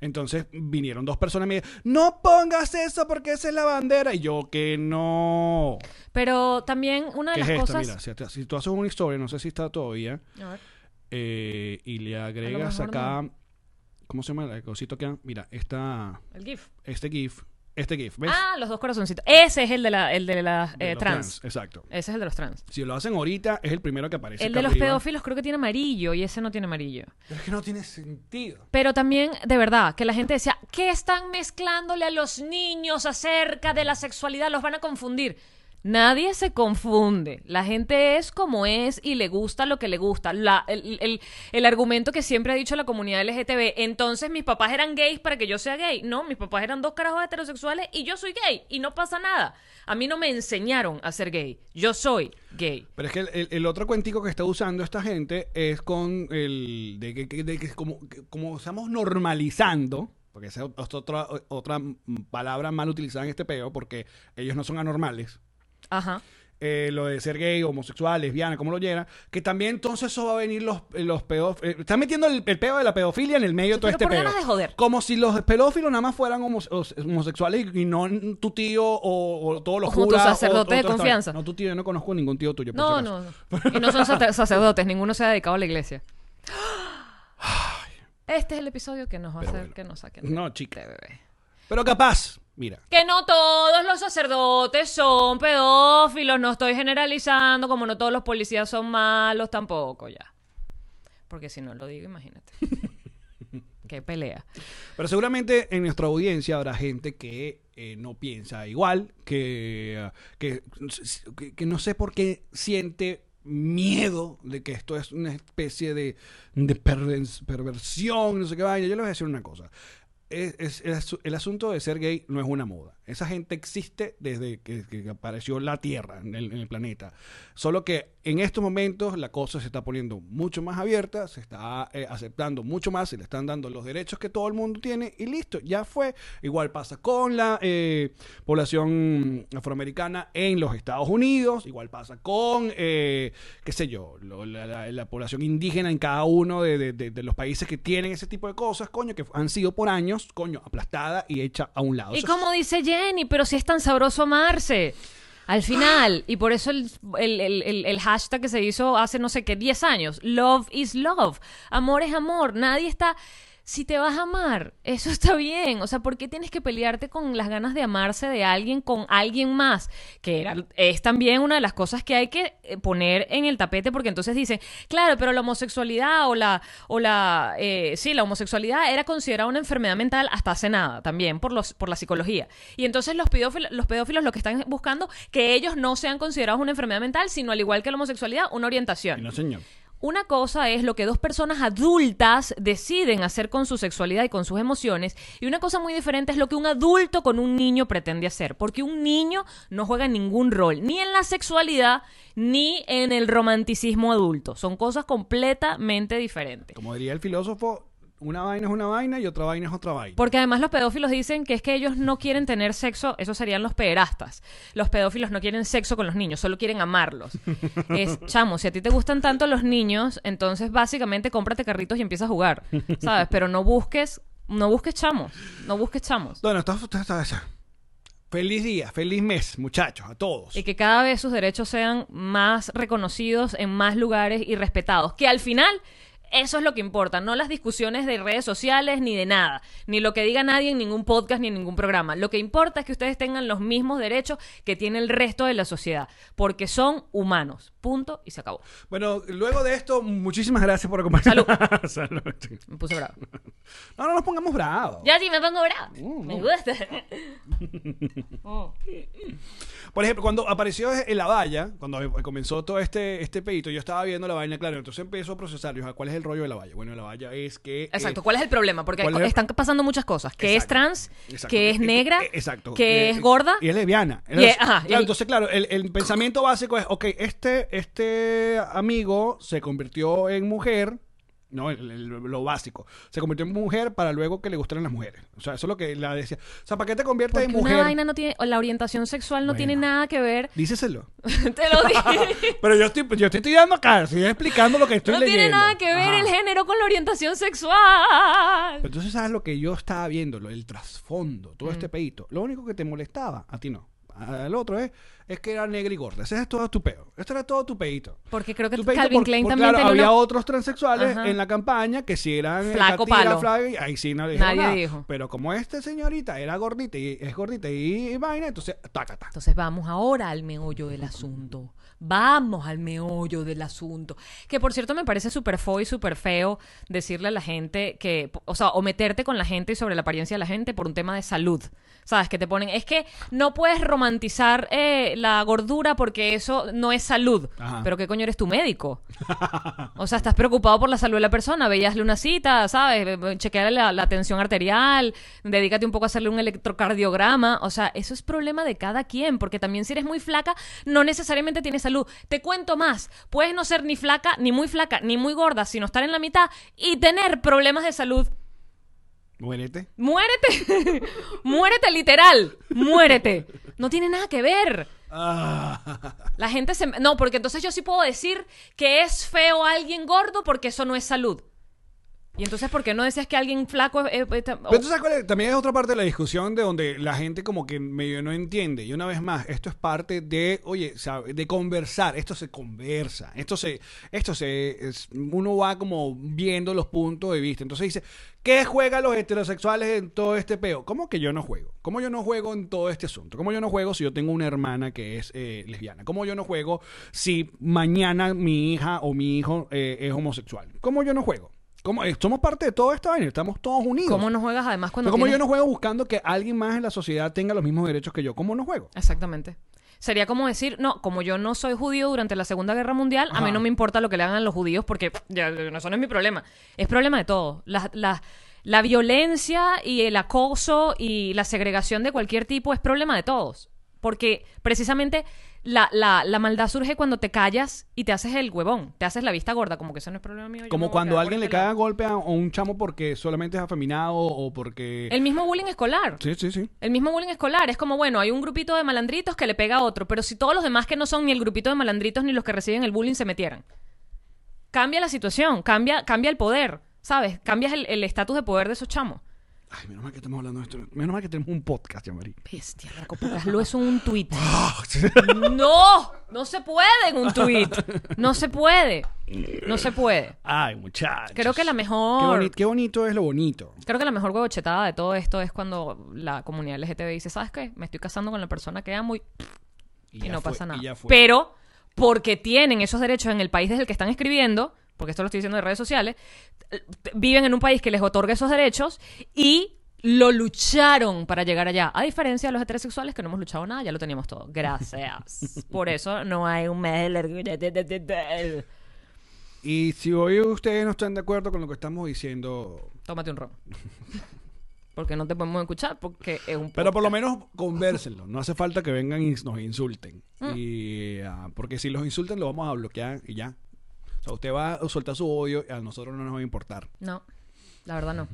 [SPEAKER 1] Entonces vinieron dos personas y me dijeron, no pongas eso porque esa es la bandera. Y yo que no.
[SPEAKER 2] Pero también una de
[SPEAKER 1] ¿Qué es
[SPEAKER 2] las
[SPEAKER 1] esto?
[SPEAKER 2] cosas.
[SPEAKER 1] Mira, si, te- si tú haces una historia, no sé si está todavía,
[SPEAKER 2] A ver.
[SPEAKER 1] eh, y le agregas
[SPEAKER 2] mejor
[SPEAKER 1] acá, ¿cómo se llama el cosito que Mira, esta,
[SPEAKER 2] El GIF.
[SPEAKER 1] este GIF, este GIF, ¿ves?
[SPEAKER 2] Ah, los dos corazoncitos. Ese es el de la, el de la
[SPEAKER 1] De
[SPEAKER 2] eh,
[SPEAKER 1] los
[SPEAKER 2] trans.
[SPEAKER 1] Exacto.
[SPEAKER 2] Ese es el de los trans.
[SPEAKER 1] Si lo hacen ahorita, es el primero que aparece.
[SPEAKER 2] el
[SPEAKER 1] acá
[SPEAKER 2] de los
[SPEAKER 1] arriba.
[SPEAKER 2] pedófilos creo que tiene amarillo y ese no tiene amarillo.
[SPEAKER 1] Pero es que no tiene sentido.
[SPEAKER 2] Pero también, de verdad, que la gente decía, ¿qué están mezclándole a los niños acerca de la sexualidad? Los van a confundir. Nadie se confunde. La gente es como es y le gusta lo que le gusta. La- el, el- el argumento que siempre ha dicho la comunidad LGTB, entonces mis papás eran gays para que yo sea gay. No, mis papás eran dos carajos heterosexuales y yo soy gay y no pasa nada. A mí no me enseñaron a ser gay. Yo soy gay.
[SPEAKER 1] Pero es que el, el- el otro cuentico que está usando esta gente es con el de que, que- de que como, que- como estamos normalizando, porque esa es otra, otra palabra mal utilizada en este peo, porque ellos no son anormales.
[SPEAKER 2] Ajá.
[SPEAKER 1] eh, lo de ser gay, homosexual, lesbiana, como lo llena, que también entonces eso va a venir los, eh, los pedófilos. están metiendo el, el peo de la pedofilia en el medio de todo
[SPEAKER 2] Pero
[SPEAKER 1] este
[SPEAKER 2] por
[SPEAKER 1] peo.
[SPEAKER 2] ganas de joder.
[SPEAKER 1] Como si los pedófilos nada más fueran homos- os- homosexuales y no tu tío o, o todos los
[SPEAKER 2] O tu
[SPEAKER 1] curas.
[SPEAKER 2] sacerdote
[SPEAKER 1] todo
[SPEAKER 2] de
[SPEAKER 1] esto.
[SPEAKER 2] confianza.
[SPEAKER 1] No, tu tío, yo no conozco ningún tío tuyo. por
[SPEAKER 2] No,
[SPEAKER 1] si acaso.
[SPEAKER 2] no, no. Y no son sacer- sacerdotes, ninguno se ha dedicado a la iglesia. Este es el episodio que nos va a
[SPEAKER 1] Pero
[SPEAKER 2] hacer
[SPEAKER 1] bueno.
[SPEAKER 2] que nos saquen. de-
[SPEAKER 1] No,
[SPEAKER 2] de
[SPEAKER 1] chica.
[SPEAKER 2] bebé.
[SPEAKER 1] Pero capaz, mira.
[SPEAKER 2] Que no todos los sacerdotes son pedófilos, no estoy generalizando, como no todos los policías son malos tampoco, ya. Porque si no lo
[SPEAKER 1] [laughs]
[SPEAKER 2] digo, imagínate. Qué pelea.
[SPEAKER 1] Pero seguramente en nuestra audiencia habrá gente que eh, no piensa igual, que, que, que- que no sé por qué siente miedo de que esto es una especie de, de pervers- perversión, no sé qué vaya. Yo les voy a decir una cosa. Es, es- el, asu- el asunto de ser gay no es una moda. Esa gente existe desde que, que apareció la Tierra en el, en el planeta. Solo que en estos momentos la cosa se está poniendo mucho más abierta, se está eh, aceptando mucho más, se le están dando los derechos que todo el mundo tiene y listo, ya fue. Igual pasa con la eh, población afroamericana en los Estados Unidos, igual pasa con, eh, qué sé yo, lo- la, la- la población indígena en cada uno de, de- de- de los países que tienen ese tipo de cosas, coño, que han sido por años, coño, aplastada y hecha a un lado.
[SPEAKER 2] Y
[SPEAKER 1] Eso-
[SPEAKER 2] como dice Jenny, pero si es tan sabroso amarse. Al final, y por eso el, el- el- el- el hashtag que se hizo hace no sé qué, 10 años, love is love, amor es amor, nadie está, si te vas a amar, eso está bien, o sea, ¿por qué tienes que pelearte con las ganas de amarse de alguien con alguien más? Que era, es también una de las cosas que hay que eh, poner en el tapete, porque entonces dicen, claro, pero la homosexualidad o la, o la, eh, sí, la homosexualidad era considerada una enfermedad mental hasta hace nada, también por, los, por la psicología. Y entonces los pedófilos, los pedófilos lo que están buscando, que ellos no sean considerados una enfermedad mental, sino al igual que la homosexualidad, una orientación.
[SPEAKER 1] Y No, señor.
[SPEAKER 2] Una cosa es lo que dos personas adultas deciden hacer con su sexualidad y con sus emociones, y una cosa muy diferente es lo que un adulto con un niño pretende hacer, porque un niño no juega ningún rol, ni en la sexualidad, ni en el romanticismo adulto. Son cosas completamente diferentes.
[SPEAKER 1] Como diría el filósofo, una vaina es una vaina y otra vaina es otra vaina.
[SPEAKER 2] Porque además los pedófilos dicen que es que ellos no quieren tener sexo, esos serían los pederastas. Los pedófilos no quieren sexo con los niños, solo quieren amarlos. Es, chamo, si a ti te gustan tanto los niños, entonces básicamente cómprate carritos y empieza a jugar, ¿sabes? Pero no busques, no busques chamos, no busques chamos.
[SPEAKER 1] Bueno, está- está- está- está. feliz día, feliz mes, muchachos, a todos.
[SPEAKER 2] Y que cada vez sus derechos sean más reconocidos en más lugares y respetados. Que al final eso es lo que importa, no las discusiones de redes sociales ni de nada, ni lo que diga nadie en ningún podcast ni en ningún programa. Lo que importa es que ustedes tengan los mismos derechos que tiene el resto de la sociedad, porque son humanos. Punto y se acabó.
[SPEAKER 1] Bueno, luego de esto, muchísimas gracias por acompañarnos. [laughs] Salud.
[SPEAKER 2] Me puse
[SPEAKER 1] [laughs]
[SPEAKER 2] bravo.
[SPEAKER 1] No, no nos pongamos bravos.
[SPEAKER 2] Ya sí me pongo bravo.
[SPEAKER 1] Uh,
[SPEAKER 2] Me
[SPEAKER 1] [laughs]
[SPEAKER 2] gusta.
[SPEAKER 1] Por ejemplo, cuando apareció en la valla, cuando comenzó todo este, este pedito, yo estaba viendo la vaina, claro, entonces empiezo a procesar, yo, "Ah, ¿cuál es el rollo de la valla? Bueno, la valla es que... eh,
[SPEAKER 2] Exacto, ¿cuál es el problema? Porque
[SPEAKER 1] ¿cuál es el-
[SPEAKER 2] están pasando muchas cosas. Que es
[SPEAKER 1] Exacto.
[SPEAKER 2] trans,
[SPEAKER 1] Exacto.
[SPEAKER 2] que es
[SPEAKER 1] Eh,
[SPEAKER 2] negra,
[SPEAKER 1] eh, exacto.
[SPEAKER 2] que
[SPEAKER 1] Eh,
[SPEAKER 2] es gorda.
[SPEAKER 1] Y es lesbiana.
[SPEAKER 2] Y es- ajá,
[SPEAKER 1] Claro,
[SPEAKER 2] y el-
[SPEAKER 1] entonces, claro, el, el pensamiento básico es, ok, este, este amigo se convirtió en mujer, No, El- el- lo básico. Se convirtió en mujer para luego que le gustaran las mujeres. O sea, eso es lo que la decía. O sea, ¿para qué te conviertes en
[SPEAKER 2] Porque una
[SPEAKER 1] mujer?
[SPEAKER 2] vaina no tiene, o la orientación sexual no
[SPEAKER 1] Bueno.
[SPEAKER 2] tiene nada
[SPEAKER 1] [laughs]
[SPEAKER 2] que ver.
[SPEAKER 1] Díceselo.
[SPEAKER 2] Te lo dije.
[SPEAKER 1] Pero yo estoy, yo estoy tirando acá, estoy explicando lo que estoy
[SPEAKER 2] no
[SPEAKER 1] leyendo.
[SPEAKER 2] tiene nada que ver
[SPEAKER 1] Ajá.
[SPEAKER 2] el género con la orientación sexual.
[SPEAKER 1] Pero entonces sabes lo que yo estaba viendo, Lo- el trasfondo, todo
[SPEAKER 2] Mm.
[SPEAKER 1] este pedito. Lo único que te molestaba, a ti no. a- Al otro es, es que era negra y gorda. Ese es todo tu peo. Este era todo tu peito.
[SPEAKER 2] Porque creo que
[SPEAKER 1] Tu peito,
[SPEAKER 2] Calvin
[SPEAKER 1] por-
[SPEAKER 2] Klein
[SPEAKER 1] por-
[SPEAKER 2] también
[SPEAKER 1] claro,
[SPEAKER 2] tenía
[SPEAKER 1] había
[SPEAKER 2] una-
[SPEAKER 1] otros transexuales
[SPEAKER 2] Ajá.
[SPEAKER 1] en la campaña que si eran eh,
[SPEAKER 2] Flaco
[SPEAKER 1] catira,
[SPEAKER 2] palo.
[SPEAKER 1] flaco, y ahí sí no le dijeron
[SPEAKER 2] Nadie
[SPEAKER 1] nada.
[SPEAKER 2] dijo.
[SPEAKER 1] Pero como esta señorita era gordita y es gordita y, vaina, entonces tácata.
[SPEAKER 2] Entonces vamos ahora al meollo del asunto. Vamos al meollo del asunto. Que por cierto me parece súper feo y súper feo decirle a la gente que, o sea, o meterte con la gente y sobre la apariencia de la gente por un tema de salud. ¿Sabes? Que te ponen, es que no puedes romantizar eh, la gordura porque eso no es salud.
[SPEAKER 1] Ajá.
[SPEAKER 2] Pero ¿qué coño eres tu médico? O sea, estás preocupado por la salud de la persona, veíasle una cita, ¿sabes? Chequearle la, la tensión arterial, dedícate un poco a hacerle un electrocardiograma. O sea, eso es problema de cada quien, porque también si eres muy flaca, no necesariamente tienes salud. Te cuento más, puedes no ser ni flaca, ni muy flaca, ni muy gorda, sino estar en la mitad y tener problemas de salud.
[SPEAKER 1] Muérete.
[SPEAKER 2] Muérete, [laughs] muérete literal, muérete. No tiene nada que ver.
[SPEAKER 1] Ah.
[SPEAKER 2] La gente se... No, porque entonces yo sí puedo decir que es feo alguien gordo porque eso no es salud. Y entonces, ¿por qué no decías que alguien flaco es... es- es-
[SPEAKER 1] Pero tú sabes cuál es? también es otra parte de la discusión de donde la gente como que medio no entiende. Y una vez más, esto es parte de, oye, sabe, de conversar. Esto se conversa. Esto se, esto se, es- uno va como viendo los puntos de vista. Entonces dice, ¿qué juegan los heterosexuales en todo este peo? ¿Cómo que yo no juego? ¿Cómo yo no juego en todo este asunto? ¿Cómo yo no juego si yo tengo una hermana que es eh, lesbiana? ¿Cómo yo no juego si mañana mi hija o mi hijo eh, es homosexual? ¿Cómo yo no juego? ¿Cómo? Eh, Somos parte de todo esta vaina, estamos todos unidos.
[SPEAKER 2] ¿Cómo no juegas además cuando...
[SPEAKER 1] Pero como yo
[SPEAKER 2] tienes-
[SPEAKER 1] no juego buscando que alguien más en la sociedad tenga los mismos derechos que yo, ¿cómo no juego?
[SPEAKER 2] Exactamente. Sería como decir, no, como yo no soy judío durante la Segunda Guerra Mundial, a mí
[SPEAKER 1] Ajá.
[SPEAKER 2] no me importa lo que le hagan los judíos porque pff, ya, ya, eso no es mi problema. Es problema de todo. La, la- la violencia y el acoso y la segregación de cualquier tipo es problema de todos. Porque precisamente la, la- la maldad surge cuando te callas y te haces el huevón, te haces la vista gorda, como que eso no es problema mío. yo me voy
[SPEAKER 1] Como
[SPEAKER 2] a
[SPEAKER 1] cuando
[SPEAKER 2] quedar
[SPEAKER 1] alguien
[SPEAKER 2] por
[SPEAKER 1] le
[SPEAKER 2] este
[SPEAKER 1] caga
[SPEAKER 2] lado.
[SPEAKER 1] golpe a, a un chamo porque solamente es afeminado o porque...
[SPEAKER 2] El mismo bullying escolar.
[SPEAKER 1] Sí, sí, sí.
[SPEAKER 2] El mismo bullying escolar es como, bueno, hay un grupito de malandritos que le pega a otro, pero si todos los demás que no son ni el grupito de malandritos ni los que reciben el bullying se metieran. Cambia la situación, cambia, cambia el poder, ¿sabes? Cambias el el estatus de poder de esos chamos.
[SPEAKER 1] Ay, menos mal que estamos hablando de esto. Menos mal que tenemos un podcast, Yamari.
[SPEAKER 2] Bestia, Marco Pocas, lo es
[SPEAKER 1] [laughs]
[SPEAKER 2] un tuit. ¡No! No se puede en un tuit. No se puede. No se puede.
[SPEAKER 1] Ay, muchachos.
[SPEAKER 2] Creo que la mejor-
[SPEAKER 1] Qué, boni- qué bonito es lo bonito.
[SPEAKER 2] Creo que la mejor huevochetada de todo esto es cuando la comunidad LGTB dice, ¿sabes qué? Me estoy casando con la persona que amo y y,
[SPEAKER 1] ya
[SPEAKER 2] no
[SPEAKER 1] fue,
[SPEAKER 2] pasa nada.
[SPEAKER 1] y ya fue.
[SPEAKER 2] Pero porque tienen esos derechos en el país desde el que están escribiendo, porque esto lo estoy diciendo de redes sociales, eh, viven en un país que les otorga esos derechos y lo lucharon para llegar allá. A diferencia de los heterosexuales que no hemos luchado nada, ya lo teníamos todo.
[SPEAKER 1] [laughs]
[SPEAKER 2] Gracias. Por eso no hay un mes del orgullo.
[SPEAKER 1] Y si hoy ustedes no están de acuerdo con lo que estamos diciendo...
[SPEAKER 2] Tómate un ron. Porque no te podemos escuchar, porque es un...
[SPEAKER 1] Pero por lo menos convérsenlo. No hace falta que vengan y nos insulten.
[SPEAKER 2] Mm.
[SPEAKER 1] Y, ah, porque si los insultan, lo vamos a bloquear y ya. O sea, usted va a soltar su odio y a nosotros no nos va a importar.
[SPEAKER 2] No, la verdad no.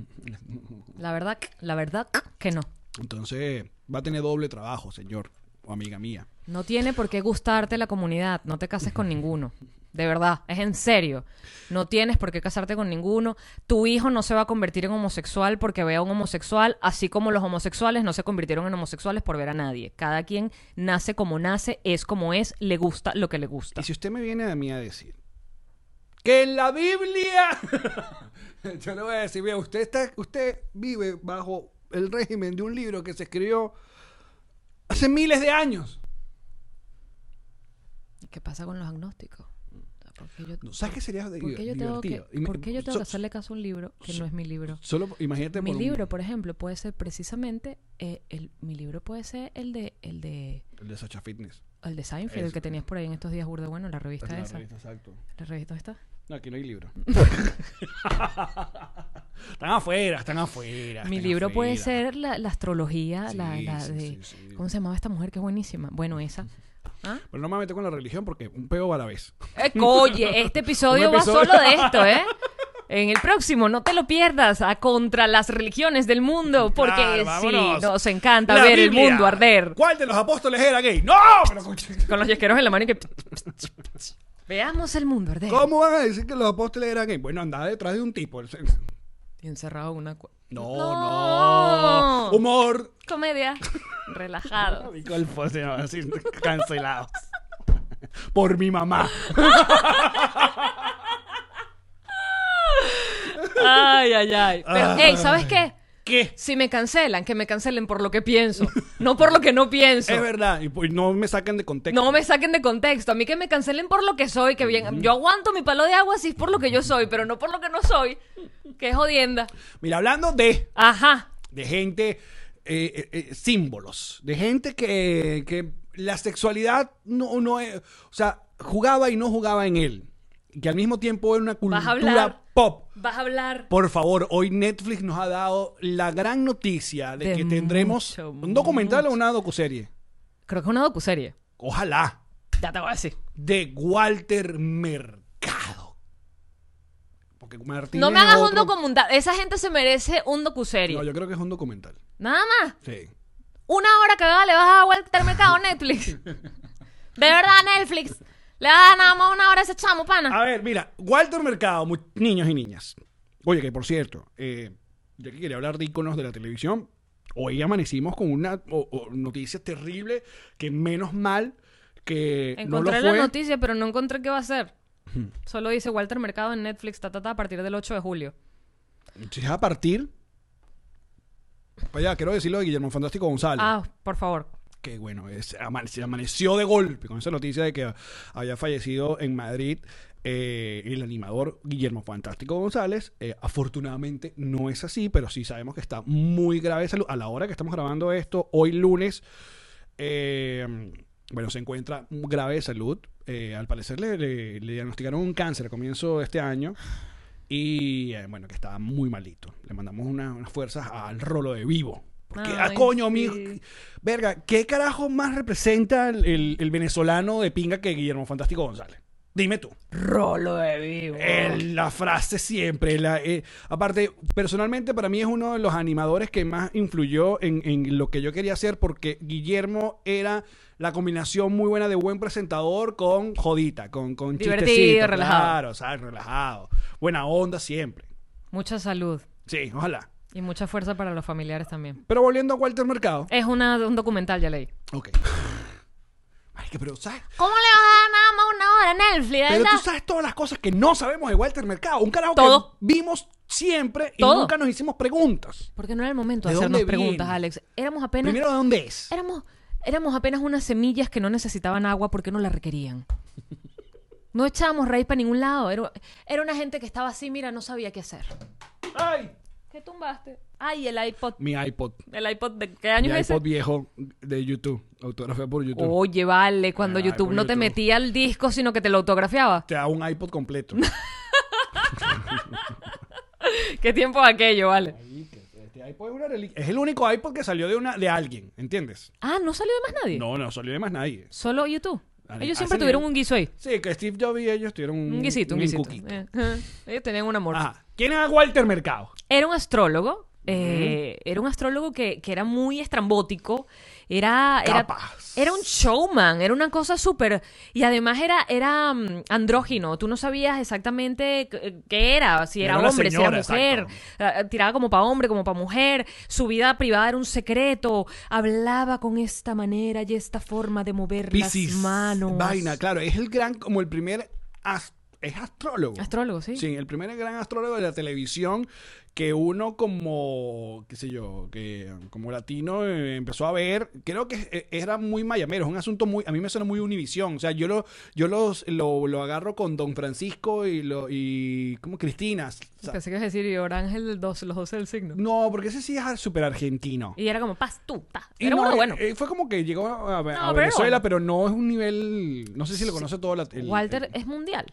[SPEAKER 2] La verdad, la verdad que no.
[SPEAKER 1] Entonces, va a tener doble trabajo, señor o amiga mía.
[SPEAKER 2] No tiene por qué gustarte la comunidad, no te cases con ninguno. De verdad, es en serio. No tienes por qué casarte con ninguno. Tu hijo no se va a convertir en homosexual porque vea a un homosexual, así como los homosexuales no se convirtieron en homosexuales por ver a nadie. Cada quien nace como nace, es como es, le gusta lo que le gusta.
[SPEAKER 1] Y si usted me viene a mí a decir que en la Biblia, [laughs] yo le voy a decir, mira, usted, está, usted vive bajo el régimen de un libro que se escribió hace miles de años.
[SPEAKER 2] ¿Qué pasa con los agnósticos? ¿Por qué yo,
[SPEAKER 1] No, ¿Sabes qué sería
[SPEAKER 2] por qué yo tengo que-
[SPEAKER 1] divertido? Ima-
[SPEAKER 2] por qué yo tengo
[SPEAKER 1] so-
[SPEAKER 2] que hacerle caso a un libro que no es mi libro?
[SPEAKER 1] Solo imagínate
[SPEAKER 2] Mi
[SPEAKER 1] por un-
[SPEAKER 2] libro, por ejemplo, puede ser precisamente eh, el, mi libro puede ser el de el de
[SPEAKER 1] El de Sacha Fitness.
[SPEAKER 2] el de Seinfeld, el
[SPEAKER 1] Ese.
[SPEAKER 2] que tenías por ahí en estos días burda bueno, la revista
[SPEAKER 1] Pues La
[SPEAKER 2] esa.
[SPEAKER 1] revista, exacto.
[SPEAKER 2] La revista está.
[SPEAKER 1] No, aquí no hay
[SPEAKER 2] [laughs]
[SPEAKER 1] libro. [laughs] están afuera, están afuera.
[SPEAKER 2] Mi
[SPEAKER 1] están
[SPEAKER 2] libro puede
[SPEAKER 1] afuera.
[SPEAKER 2] ser la, la astrología, la,
[SPEAKER 1] Sí,
[SPEAKER 2] la
[SPEAKER 1] sí,
[SPEAKER 2] de
[SPEAKER 1] sí, sí.
[SPEAKER 2] ¿Cómo se llamaba esta mujer que es buenísima?
[SPEAKER 1] [laughs]
[SPEAKER 2] Bueno, esa. ¿Ah?
[SPEAKER 1] Pero no me meto con la religión porque un peo a la vez.
[SPEAKER 2] Eh, Oye, este episodio,
[SPEAKER 1] Un episodio. [laughs]
[SPEAKER 2] va solo de esto, ¿eh? En el próximo, no te lo pierdas, a contra las religiones del mundo, porque
[SPEAKER 1] Claro,
[SPEAKER 2] sí,
[SPEAKER 1] vámonos.
[SPEAKER 2] nos encanta
[SPEAKER 1] La
[SPEAKER 2] ver el
[SPEAKER 1] Biblia.
[SPEAKER 2] mundo arder.
[SPEAKER 1] ¿Cuál de los apóstoles era gay? ¡No! Pero,
[SPEAKER 2] [laughs]
[SPEAKER 1] coño,
[SPEAKER 2] Con los yesqueros en
[SPEAKER 1] [laughs]
[SPEAKER 2] la mano y que... Veamos el mundo arder.
[SPEAKER 1] ¿Cómo van a decir que los apóstoles eran gay? Bueno, andaba detrás de un tipo. No,
[SPEAKER 2] Y encerrado en una... cua-
[SPEAKER 1] no.
[SPEAKER 2] No.
[SPEAKER 1] Humor.
[SPEAKER 2] Comedia. [laughs]
[SPEAKER 1] [laughs]
[SPEAKER 2] Relajado.
[SPEAKER 1] Rico Alfonso, no,
[SPEAKER 2] [laughs]
[SPEAKER 1] así, cancelados. Por mi mamá.
[SPEAKER 2] Ay, ay, ay.
[SPEAKER 1] Ah.
[SPEAKER 2] Pero, hey, ¿sabes qué?
[SPEAKER 1] ¿Qué?
[SPEAKER 2] Si me cancelan, que me cancelen por lo que pienso, no por lo que no pienso.
[SPEAKER 1] Es verdad. Y pues no me sacan de contexto.
[SPEAKER 2] No me saquen de contexto. A mí que me cancelen por lo que soy, que bien. Yo aguanto mi palo de agua si es por lo que yo soy, pero no por lo que no soy. Que jodienda.
[SPEAKER 1] Mira, hablando de,
[SPEAKER 2] Ajá.
[SPEAKER 1] de gente, eh, eh, eh, símbolos, de gente que, que la sexualidad no, no es, o sea, jugaba y no jugaba en él. Que al mismo tiempo era una
[SPEAKER 2] Vas a
[SPEAKER 1] cultura
[SPEAKER 2] hablar.
[SPEAKER 1] pop.
[SPEAKER 2] Vas a hablar.
[SPEAKER 1] Por favor, hoy Netflix nos ha dado la gran noticia de,
[SPEAKER 2] De
[SPEAKER 1] que tendremos
[SPEAKER 2] mucho,
[SPEAKER 1] un documental
[SPEAKER 2] mucho.
[SPEAKER 1] o una docuserie.
[SPEAKER 2] Creo que es una docuserie.
[SPEAKER 1] Ojalá.
[SPEAKER 2] Ya te voy a decir.
[SPEAKER 1] De Walter Mercado. Porque Martínez
[SPEAKER 2] no me hagas
[SPEAKER 1] es
[SPEAKER 2] un
[SPEAKER 1] otro-
[SPEAKER 2] documental. Esa gente se merece un docuserie.
[SPEAKER 1] No, yo creo que es un documental.
[SPEAKER 2] Nada más.
[SPEAKER 1] Sí.
[SPEAKER 2] Una hora cagada le vas a dar vuelta al mercado Netflix.
[SPEAKER 1] [laughs]
[SPEAKER 2] De verdad, Netflix. Le vas a dar nada más una hora a ese chamo, pana.
[SPEAKER 1] A ver, mira, Walter Mercado, mu- niños y niñas. Oye, que por cierto, eh, ya que quería hablar de iconos de la televisión, hoy amanecimos con una o- o noticia terrible que menos mal que no lo
[SPEAKER 2] Encontré
[SPEAKER 1] fue.
[SPEAKER 2] la noticia, pero no encontré qué va a ser. Solo dice Walter Mercado en Netflix, ta, ta, ta, a partir del 8 de julio.
[SPEAKER 1] Si es a partir. Pues ya, quiero decirlo de Guillermo Fantástico González.
[SPEAKER 2] Ah, por favor.
[SPEAKER 1] que bueno, es, amane- se amaneció de golpe con esa noticia de que había fallecido en Madrid eh, el animador Guillermo Fantástico González. Eh, afortunadamente no es así, pero sí sabemos que está muy grave de salud. A la hora que estamos grabando esto, hoy lunes, eh, bueno, se encuentra grave de salud. Eh, al parecer le, le- le diagnosticaron un cáncer a comienzo de este año. Y eh, bueno, que estaba muy malito. Le mandamos una- unas fuerzas al rolo de vivo. Porque, ah,
[SPEAKER 2] Ay,
[SPEAKER 1] coño,
[SPEAKER 2] sí.
[SPEAKER 1] mi- Verga, ¿qué carajo más representa el, el- el venezolano de pinga que Guillermo Fantástico González? Dime tú.
[SPEAKER 2] Rolo de vivo.
[SPEAKER 1] El- la frase siempre. la- eh, aparte, personalmente para mí es uno de los animadores que más influyó en, en lo que yo quería hacer porque Guillermo era la combinación muy buena de buen presentador con jodita, con, con
[SPEAKER 2] Divertido,
[SPEAKER 1] chistecito,
[SPEAKER 2] relajado.
[SPEAKER 1] Claro, o sea, relajado. Buena onda siempre.
[SPEAKER 2] Mucha salud
[SPEAKER 1] Sí, ojalá.
[SPEAKER 2] y mucha fuerza para los familiares también.
[SPEAKER 1] Pero volviendo a Walter Mercado.
[SPEAKER 2] Es una, un documental, ya leí.
[SPEAKER 1] Ok. [laughs] Marica, pero ¿sabes?
[SPEAKER 2] ¿Cómo le vas a dar nada más una hora a Netflix? de
[SPEAKER 1] Pero
[SPEAKER 2] verdad?
[SPEAKER 1] tú sabes todas las cosas que no sabemos de Walter Mercado. Un carajo
[SPEAKER 2] Todo.
[SPEAKER 1] que vimos siempre y
[SPEAKER 2] Todo.
[SPEAKER 1] nunca nos hicimos preguntas.
[SPEAKER 2] Porque no era el momento
[SPEAKER 1] ¿De
[SPEAKER 2] de hacernos
[SPEAKER 1] dónde viene?
[SPEAKER 2] preguntas, Alex. Éramos apenas,
[SPEAKER 1] Primero, ¿de dónde es?
[SPEAKER 2] éramos, éramos apenas unas semillas que no necesitaban agua porque no la requerían. No echábamos raíz para ningún lado. Era, era una gente que estaba así, mira, no sabía qué hacer.
[SPEAKER 1] ¡Ay!
[SPEAKER 2] ¿Qué tumbaste? Ay, el iPod.
[SPEAKER 1] Mi iPod.
[SPEAKER 2] ¿El iPod de qué
[SPEAKER 1] Mi
[SPEAKER 2] año es ese?
[SPEAKER 1] iPod viejo de YouTube. Autografía por YouTube.
[SPEAKER 2] Oye, vale, cuando
[SPEAKER 1] Ah,
[SPEAKER 2] YouTube
[SPEAKER 1] por
[SPEAKER 2] no te
[SPEAKER 1] YouTube.
[SPEAKER 2] metía el disco, sino que te lo autografiaba.
[SPEAKER 1] Te da un iPod completo.
[SPEAKER 2] [laughs] ¿Qué tiempo aquello, vale?
[SPEAKER 1] este iPod es una reliquia. Es el único iPod que salió de, una, de alguien, ¿entiendes?
[SPEAKER 2] Ah, ¿no salió de más nadie?
[SPEAKER 1] No, no salió de más nadie.
[SPEAKER 2] Solo YouTube.
[SPEAKER 1] Ale-
[SPEAKER 2] Ellos
[SPEAKER 1] así
[SPEAKER 2] siempre tuvieron
[SPEAKER 1] es.
[SPEAKER 2] un guiso ahí.
[SPEAKER 1] Sí, que Steve Jobs y ellos tuvieron un,
[SPEAKER 2] Un guisito, un guisito.
[SPEAKER 1] cuquito.
[SPEAKER 2] Eh, eh. [laughs] Ellos tenían un amor.
[SPEAKER 1] Ajá. ¿Quién era Walter Mercado?
[SPEAKER 2] Era un astrólogo. eh, Era un astrólogo que, que era muy estrambótico. Era, era,
[SPEAKER 1] Capaz.
[SPEAKER 2] era un showman, era una cosa súper... Y además era, era mm, andrógino. Tú no sabías exactamente qué- qué era, si era,
[SPEAKER 1] Era una
[SPEAKER 2] hombre,
[SPEAKER 1] señora,
[SPEAKER 2] si era mujer.
[SPEAKER 1] exacto.
[SPEAKER 2] Ah, Tiraba como para hombre, como para mujer. Su vida privada era un secreto. Hablaba con esta manera y esta forma de mover
[SPEAKER 1] Piscis.
[SPEAKER 2] las manos.
[SPEAKER 1] Vaina, claro. Es el gran, como el primer. as- es astrólogo.
[SPEAKER 2] Astrólogo, sí.
[SPEAKER 1] Sí, el primer gran astrólogo de la televisión que uno como, qué sé yo, que como latino eh, empezó a ver, creo que eh, era muy mayamero, es un asunto muy, a mí me suena muy Univisión, o sea, yo lo, yo los, lo, lo agarro con Don Francisco y lo, y como Cristina. o sea,
[SPEAKER 2] Pensé que ibas a decir, y Orángel del 12, los 12 del signo.
[SPEAKER 1] no, porque ese sí es súper argentino.
[SPEAKER 2] Y era como, paz, tú, pa.
[SPEAKER 1] Y
[SPEAKER 2] Era
[SPEAKER 1] no,
[SPEAKER 2] uno
[SPEAKER 1] eh,
[SPEAKER 2] bueno.
[SPEAKER 1] eh, fue como que llegó a, a
[SPEAKER 2] pero era
[SPEAKER 1] Venezuela,
[SPEAKER 2] bueno.
[SPEAKER 1] pero no es un nivel, no sé si lo conoce todo la, el-
[SPEAKER 2] Walter
[SPEAKER 1] el-
[SPEAKER 2] es mundial.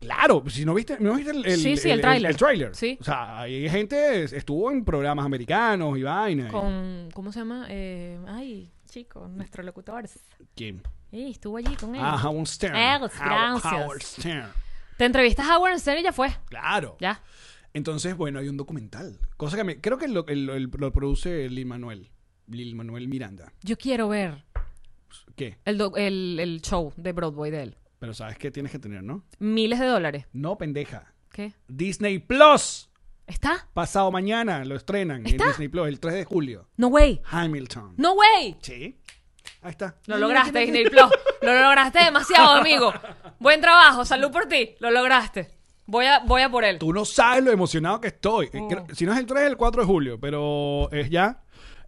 [SPEAKER 1] Claro, si no viste, ¿no viste el, el,
[SPEAKER 2] Sí, sí, el tráiler.
[SPEAKER 1] El, tráiler.
[SPEAKER 2] Sí.
[SPEAKER 1] O sea, hay gente, estuvo en programas americanos y vaina. y-
[SPEAKER 2] Con, ¿cómo se llama? Eh, ay, chico, nuestro locutor.
[SPEAKER 1] ¿Quién?
[SPEAKER 2] Ey, estuvo allí con él.
[SPEAKER 1] Ah, Howard Stern.
[SPEAKER 2] Eh,
[SPEAKER 1] Howard-
[SPEAKER 2] gracias.
[SPEAKER 1] Howard Stern.
[SPEAKER 2] Te entrevistas a Howard Stern y ya fue.
[SPEAKER 1] Claro.
[SPEAKER 2] Ya.
[SPEAKER 1] Entonces, bueno, hay un documental. Cosa que me- creo que lo, el- el- lo produce Lil Manuel. Lil Manuel Miranda.
[SPEAKER 2] Yo quiero ver
[SPEAKER 1] ¿Qué?
[SPEAKER 2] el, do- el, el show de Broadway de él.
[SPEAKER 1] Pero sabes que tienes que tener, ¿no?
[SPEAKER 2] Miles de dólares.
[SPEAKER 1] No, pendeja.
[SPEAKER 2] ¿Qué?
[SPEAKER 1] Disney Plus.
[SPEAKER 2] ¿Está?
[SPEAKER 1] Pasado mañana lo estrenan en Disney Plus, el 3 de julio.
[SPEAKER 2] No way.
[SPEAKER 1] Hamilton.
[SPEAKER 2] No way.
[SPEAKER 1] Sí. Ahí está.
[SPEAKER 2] Lo lograste, Disney Plus. Lo lograste demasiado, amigo. Buen trabajo. Salud por ti. Lo lograste. Voy a, voy a por él.
[SPEAKER 1] Tú no sabes lo emocionado que estoy. Eh, creo-
[SPEAKER 2] Mm.
[SPEAKER 1] Si no es el 3, es el 4 de julio, pero es ya.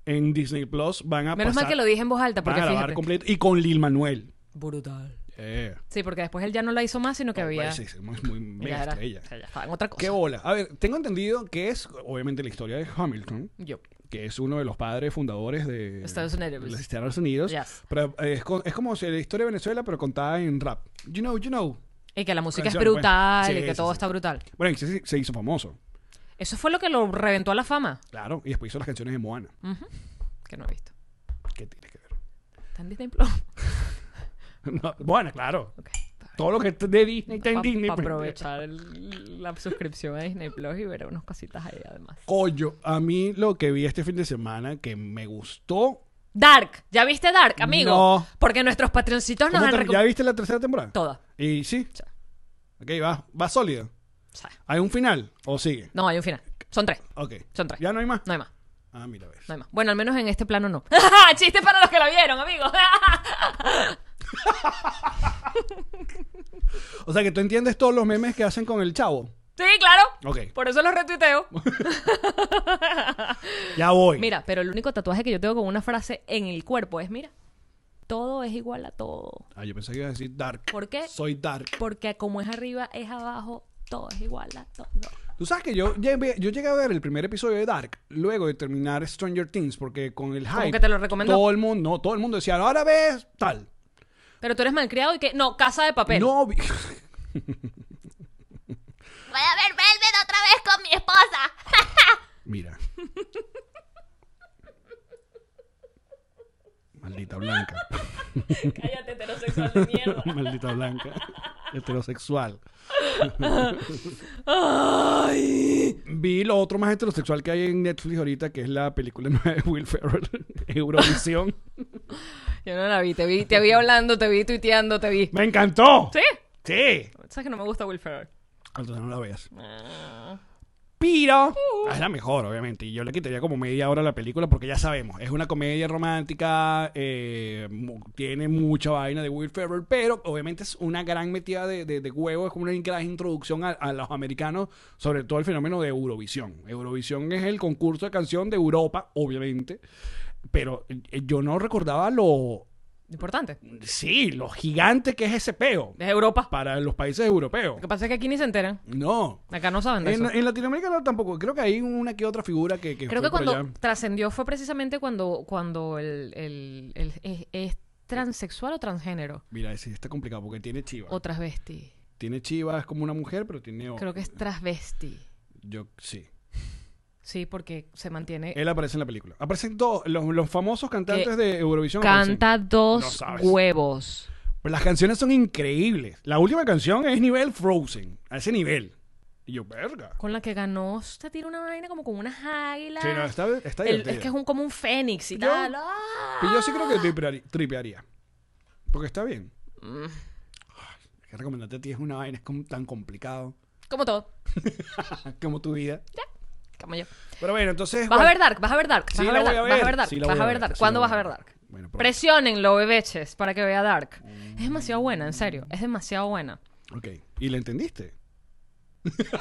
[SPEAKER 1] En Disney Plus van a
[SPEAKER 2] Menos
[SPEAKER 1] pasar-
[SPEAKER 2] mal que lo dije en voz
[SPEAKER 1] van
[SPEAKER 2] alta
[SPEAKER 1] a
[SPEAKER 2] porque
[SPEAKER 1] grabar
[SPEAKER 2] fíjate.
[SPEAKER 1] completo. Y con Lil Manuel. Eh,
[SPEAKER 2] Brutal.
[SPEAKER 1] Yeah.
[SPEAKER 2] Sí, porque después él ya no la hizo más, sino que había.
[SPEAKER 1] Pues, es muy, muy mega
[SPEAKER 2] ya era-
[SPEAKER 1] estrella.
[SPEAKER 2] o sea, ya estaba en otra cosa.
[SPEAKER 1] Qué bola. A ver, tengo entendido que es, obviamente, la historia de Hamilton,
[SPEAKER 2] Yo.
[SPEAKER 1] que es uno de los padres fundadores de
[SPEAKER 2] Estados Unidos.
[SPEAKER 1] de los Estados Unidos.
[SPEAKER 2] Yes.
[SPEAKER 1] Pero eh, es, co- es como si la historia de Venezuela, pero contada en rap. You know, you know.
[SPEAKER 2] Y que la música es
[SPEAKER 1] Canción, pues.
[SPEAKER 2] brutal
[SPEAKER 1] Sí,
[SPEAKER 2] y que
[SPEAKER 1] sí,
[SPEAKER 2] todo
[SPEAKER 1] sí.
[SPEAKER 2] está brutal.
[SPEAKER 1] Bueno, y se, se hizo famoso,
[SPEAKER 2] Eso fue lo que lo reventó a la fama.
[SPEAKER 1] claro. Y después hizo las canciones de Moana.
[SPEAKER 2] Mm. Que no he visto.
[SPEAKER 1] ¿Qué tiene que ver?
[SPEAKER 2] Está en Disney Plus. [laughs]
[SPEAKER 1] [laughs] No, Moana, claro.
[SPEAKER 2] Ok.
[SPEAKER 1] Todo lo que es de Disney está en
[SPEAKER 2] Para
[SPEAKER 1] Disney. pues.
[SPEAKER 2] aprovechar el- la suscripción a Disney Plus y ver unas cositas ahí además.
[SPEAKER 1] Coño, a mí lo que vi este fin de semana que me gustó.
[SPEAKER 2] Dark. ¿Ya viste Dark, amigo?
[SPEAKER 1] No.
[SPEAKER 2] Porque nuestros patroncitos nos
[SPEAKER 1] ¿Cómo
[SPEAKER 2] han
[SPEAKER 1] te- ¿Ya
[SPEAKER 2] recomendado
[SPEAKER 1] viste la tercera temporada?
[SPEAKER 2] toda.
[SPEAKER 1] Y sí.
[SPEAKER 2] Sí.
[SPEAKER 1] Ok, va, va sólido.
[SPEAKER 2] O sea,
[SPEAKER 1] ¿Hay un final o sigue?
[SPEAKER 2] no, hay un final. Son tres.
[SPEAKER 1] Ok.
[SPEAKER 2] Son tres.
[SPEAKER 1] ¿Ya no hay más?
[SPEAKER 2] No hay más.
[SPEAKER 1] Ah, mira, ves.
[SPEAKER 2] No hay más. Bueno, al menos en este plano no. [laughs] Chiste para los que la vieron, amigo. [laughs]
[SPEAKER 1] O sea que tú entiendes todos los memes que hacen con el chavo.
[SPEAKER 2] sí, claro.
[SPEAKER 1] Ok.
[SPEAKER 2] Por eso los retuiteo.
[SPEAKER 1] Ya voy.
[SPEAKER 2] Mira, pero el único tatuaje que yo tengo con una frase en el cuerpo es, mira, todo es igual a todo.
[SPEAKER 1] Ah, yo pensé que ibas a decir dark.
[SPEAKER 2] ¿Por qué?
[SPEAKER 1] Soy dark.
[SPEAKER 2] Porque como es arriba, es abajo, todo es igual a todo.
[SPEAKER 1] Tú sabes que yo llegué, yo llegué a ver el primer episodio de Dark luego de terminar Stranger Things porque con el
[SPEAKER 2] ¿Cómo
[SPEAKER 1] hype.
[SPEAKER 2] que te lo recomendó?
[SPEAKER 1] Todo el mundo, no, todo el mundo decía, ahora ves tal.
[SPEAKER 2] Pero tú eres malcriado y que... No, casa de papel.
[SPEAKER 1] No, vi- [laughs]
[SPEAKER 4] Voy a ver Velvet otra vez con mi esposa.
[SPEAKER 2] [laughs]
[SPEAKER 1] mira. Maldita blanca.
[SPEAKER 2] Cállate, heterosexual de mierda.
[SPEAKER 1] [laughs] Maldita blanca. Heterosexual.
[SPEAKER 2] [laughs] Ay.
[SPEAKER 1] Vi lo otro más heterosexual que hay en Netflix ahorita, que es la película nueva de Will Ferrell, [laughs]
[SPEAKER 2] [laughs]
[SPEAKER 1] Eurovisión.
[SPEAKER 2] Yo no la vi, te vi, te vi hablando, te vi tuiteando, te vi.
[SPEAKER 1] ¡Me encantó!
[SPEAKER 2] ¿Sí?
[SPEAKER 1] ¡Sí!
[SPEAKER 2] ¿Sabes que no me gusta Will Ferrell?
[SPEAKER 1] Entonces no la veas. Pero ah, es la mejor, obviamente. Y yo le quitaría como media hora a la película porque ya sabemos, es una comedia romántica, eh, mu- tiene mucha vaina de Will Ferrell, pero obviamente es una gran metida de, de, de huevo, es como una gran introducción a, a los americanos, sobre todo el fenómeno de Eurovisión. Eurovisión es el concurso de canción de Europa, obviamente, pero eh, yo no recordaba lo...
[SPEAKER 2] Importante.
[SPEAKER 1] Sí, lo gigante que es ese peo
[SPEAKER 2] Es Europa.
[SPEAKER 1] para los países europeos.
[SPEAKER 2] Lo que pasa es que aquí ni se enteran.
[SPEAKER 1] No.
[SPEAKER 2] Acá no saben de
[SPEAKER 1] En,
[SPEAKER 2] eso.
[SPEAKER 1] en Latinoamérica no tampoco. Creo que hay una que otra figura que. que
[SPEAKER 2] Creo
[SPEAKER 1] fue
[SPEAKER 2] que
[SPEAKER 1] por
[SPEAKER 2] cuando
[SPEAKER 1] allá.
[SPEAKER 2] trascendió fue precisamente cuando, cuando el, el- el- es, es transexual o transgénero.
[SPEAKER 1] Mira, sí, está complicado porque tiene chiva.
[SPEAKER 2] O transvesti.
[SPEAKER 1] Tiene chiva, es como una mujer, pero tiene. o-
[SPEAKER 2] Creo que es transvesti.
[SPEAKER 1] Yo, sí.
[SPEAKER 2] Sí, porque se mantiene.
[SPEAKER 1] Él aparece en la película. Aparecen todos. Los, los famosos cantantes de Eurovisión. aparecen.
[SPEAKER 2] Canta
[SPEAKER 1] No
[SPEAKER 2] dos
[SPEAKER 1] sabes.
[SPEAKER 2] huevos.
[SPEAKER 1] Pero las canciones son increíbles. La última canción es nivel Frozen. A ese nivel. Y yo, verga.
[SPEAKER 2] Con la que ganó, se tira una vaina como con unas águilas.
[SPEAKER 1] Sí, no, está, está
[SPEAKER 2] El-
[SPEAKER 1] divertida.
[SPEAKER 2] es que es un, como un fénix y
[SPEAKER 1] Yo-
[SPEAKER 2] tal. ¡Ah!
[SPEAKER 1] Pero yo sí creo que tripeari- tripearía. Porque está bien.
[SPEAKER 2] Mm,
[SPEAKER 1] Ay, Que recomendarte a ti es una vaina, es como tan complicado [laughs]
[SPEAKER 2] Como todo.
[SPEAKER 1] como tu vida.
[SPEAKER 2] Como yo.
[SPEAKER 1] Pero bueno, entonces.
[SPEAKER 2] Vas a
[SPEAKER 1] bueno.
[SPEAKER 2] ver Dark, vas a ver Dark.
[SPEAKER 1] Sí,
[SPEAKER 2] vas a
[SPEAKER 1] la
[SPEAKER 2] ver
[SPEAKER 1] voy a
[SPEAKER 2] Dark, vas
[SPEAKER 1] ver,
[SPEAKER 2] a ver Dark.
[SPEAKER 1] sí, la
[SPEAKER 2] vas
[SPEAKER 1] voy
[SPEAKER 2] a
[SPEAKER 1] a
[SPEAKER 2] ver
[SPEAKER 1] ver,
[SPEAKER 2] Dark.
[SPEAKER 1] sí, la
[SPEAKER 2] ¿Cuándo
[SPEAKER 1] voy a
[SPEAKER 2] vas a ver
[SPEAKER 1] ver. Mm.
[SPEAKER 2] Dark?
[SPEAKER 1] Bueno, pronto.
[SPEAKER 2] Presionenlo, bebeches, para que vea Dark. Es demasiado buena, en serio. Es demasiado
[SPEAKER 1] [laughs]
[SPEAKER 2] buena.
[SPEAKER 1] Ok. ¿Y la entendiste? [laughs]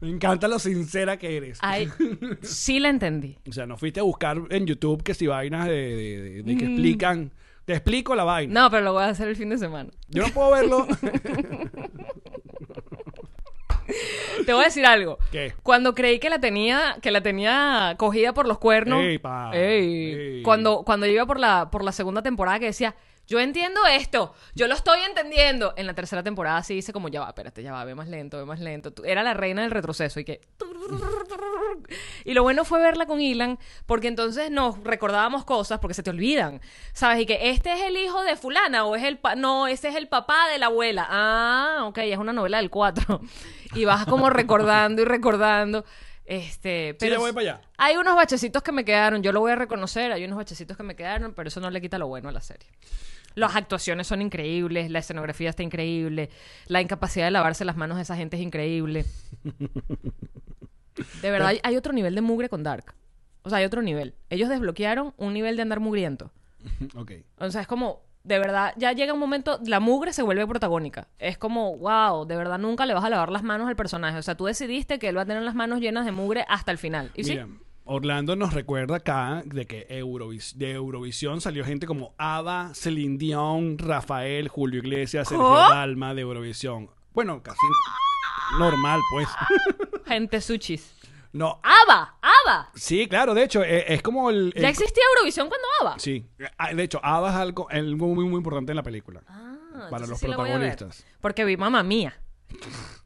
[SPEAKER 1] Me encanta lo sincera que eres.
[SPEAKER 2] Ay, sí la entendí.
[SPEAKER 1] O sea, no fuiste a buscar en YouTube que si vainas de, de- de- de que explican. Te explico la vaina.
[SPEAKER 2] Mm. No, pero lo voy a hacer el fin de semana.
[SPEAKER 1] Yo no puedo
[SPEAKER 2] [laughs]
[SPEAKER 1] verlo.
[SPEAKER 2] Te voy a decir algo.
[SPEAKER 1] ¿Qué?
[SPEAKER 2] Cuando creí que la tenía, que la tenía cogida por los cuernos.
[SPEAKER 1] Ey, pa.
[SPEAKER 2] Ey.
[SPEAKER 1] Ey.
[SPEAKER 2] Cuando, cuando iba por la, por la segunda temporada que decía, yo entiendo esto, yo lo estoy entendiendo. En la tercera temporada sí hice como, ya va, espérate, ya va, ve más lento, ve más lento. Tú- Era la reina del retroceso y que... Y lo bueno fue verla con Ilan, porque entonces nos recordábamos cosas, porque se te olvidan, ¿sabes? Y que este es el hijo de fulana, o es el... pa- no, ese es el papá de la abuela. Ah, ok, es una novela del 4. Y vas como recordando y recordando. Este, pero
[SPEAKER 1] ya voy para allá.
[SPEAKER 2] Hay unos bachecitos que me quedaron, yo lo voy a reconocer, hay unos bachecitos que me quedaron, pero eso no le quita lo bueno a la serie. Las actuaciones son increíbles, la escenografía está increíble, la incapacidad de lavarse las manos de esa gente es increíble. De verdad, hay, hay otro nivel de mugre con Dark. O sea, hay otro nivel. Ellos desbloquearon un nivel de andar mugriento.
[SPEAKER 1] Ok.
[SPEAKER 2] O sea, es como, de verdad, ya llega un momento, la mugre se vuelve protagónica. Es como, wow, de verdad nunca le vas a lavar las manos al personaje. O sea, tú decidiste que él va a tener las manos llenas de mugre hasta el final. Y
[SPEAKER 1] Mira,
[SPEAKER 2] sí,
[SPEAKER 1] Orlando nos recuerda acá de que Eurovis- de Eurovisión salió gente como Ava, Celine Dion, Rafael, Julio Iglesias, Sergio
[SPEAKER 2] ¿Cómo?
[SPEAKER 1] Dalma de Eurovisión. Bueno, casi normal, pues.
[SPEAKER 2] gente suchis.
[SPEAKER 1] No,
[SPEAKER 2] ¡Ava! ¡Ava!
[SPEAKER 1] sí, claro, de hecho, eh, es como el... el-
[SPEAKER 2] Ya existía Eurovisión cuando Ava.
[SPEAKER 1] Sí, Ah, de hecho, Ava es algo, algo muy, muy importante en la película.
[SPEAKER 2] Ah,
[SPEAKER 1] Para
[SPEAKER 2] entonces
[SPEAKER 1] los
[SPEAKER 2] sí la voy a ver.
[SPEAKER 1] protagonistas.
[SPEAKER 2] Porque vi Mamá Mía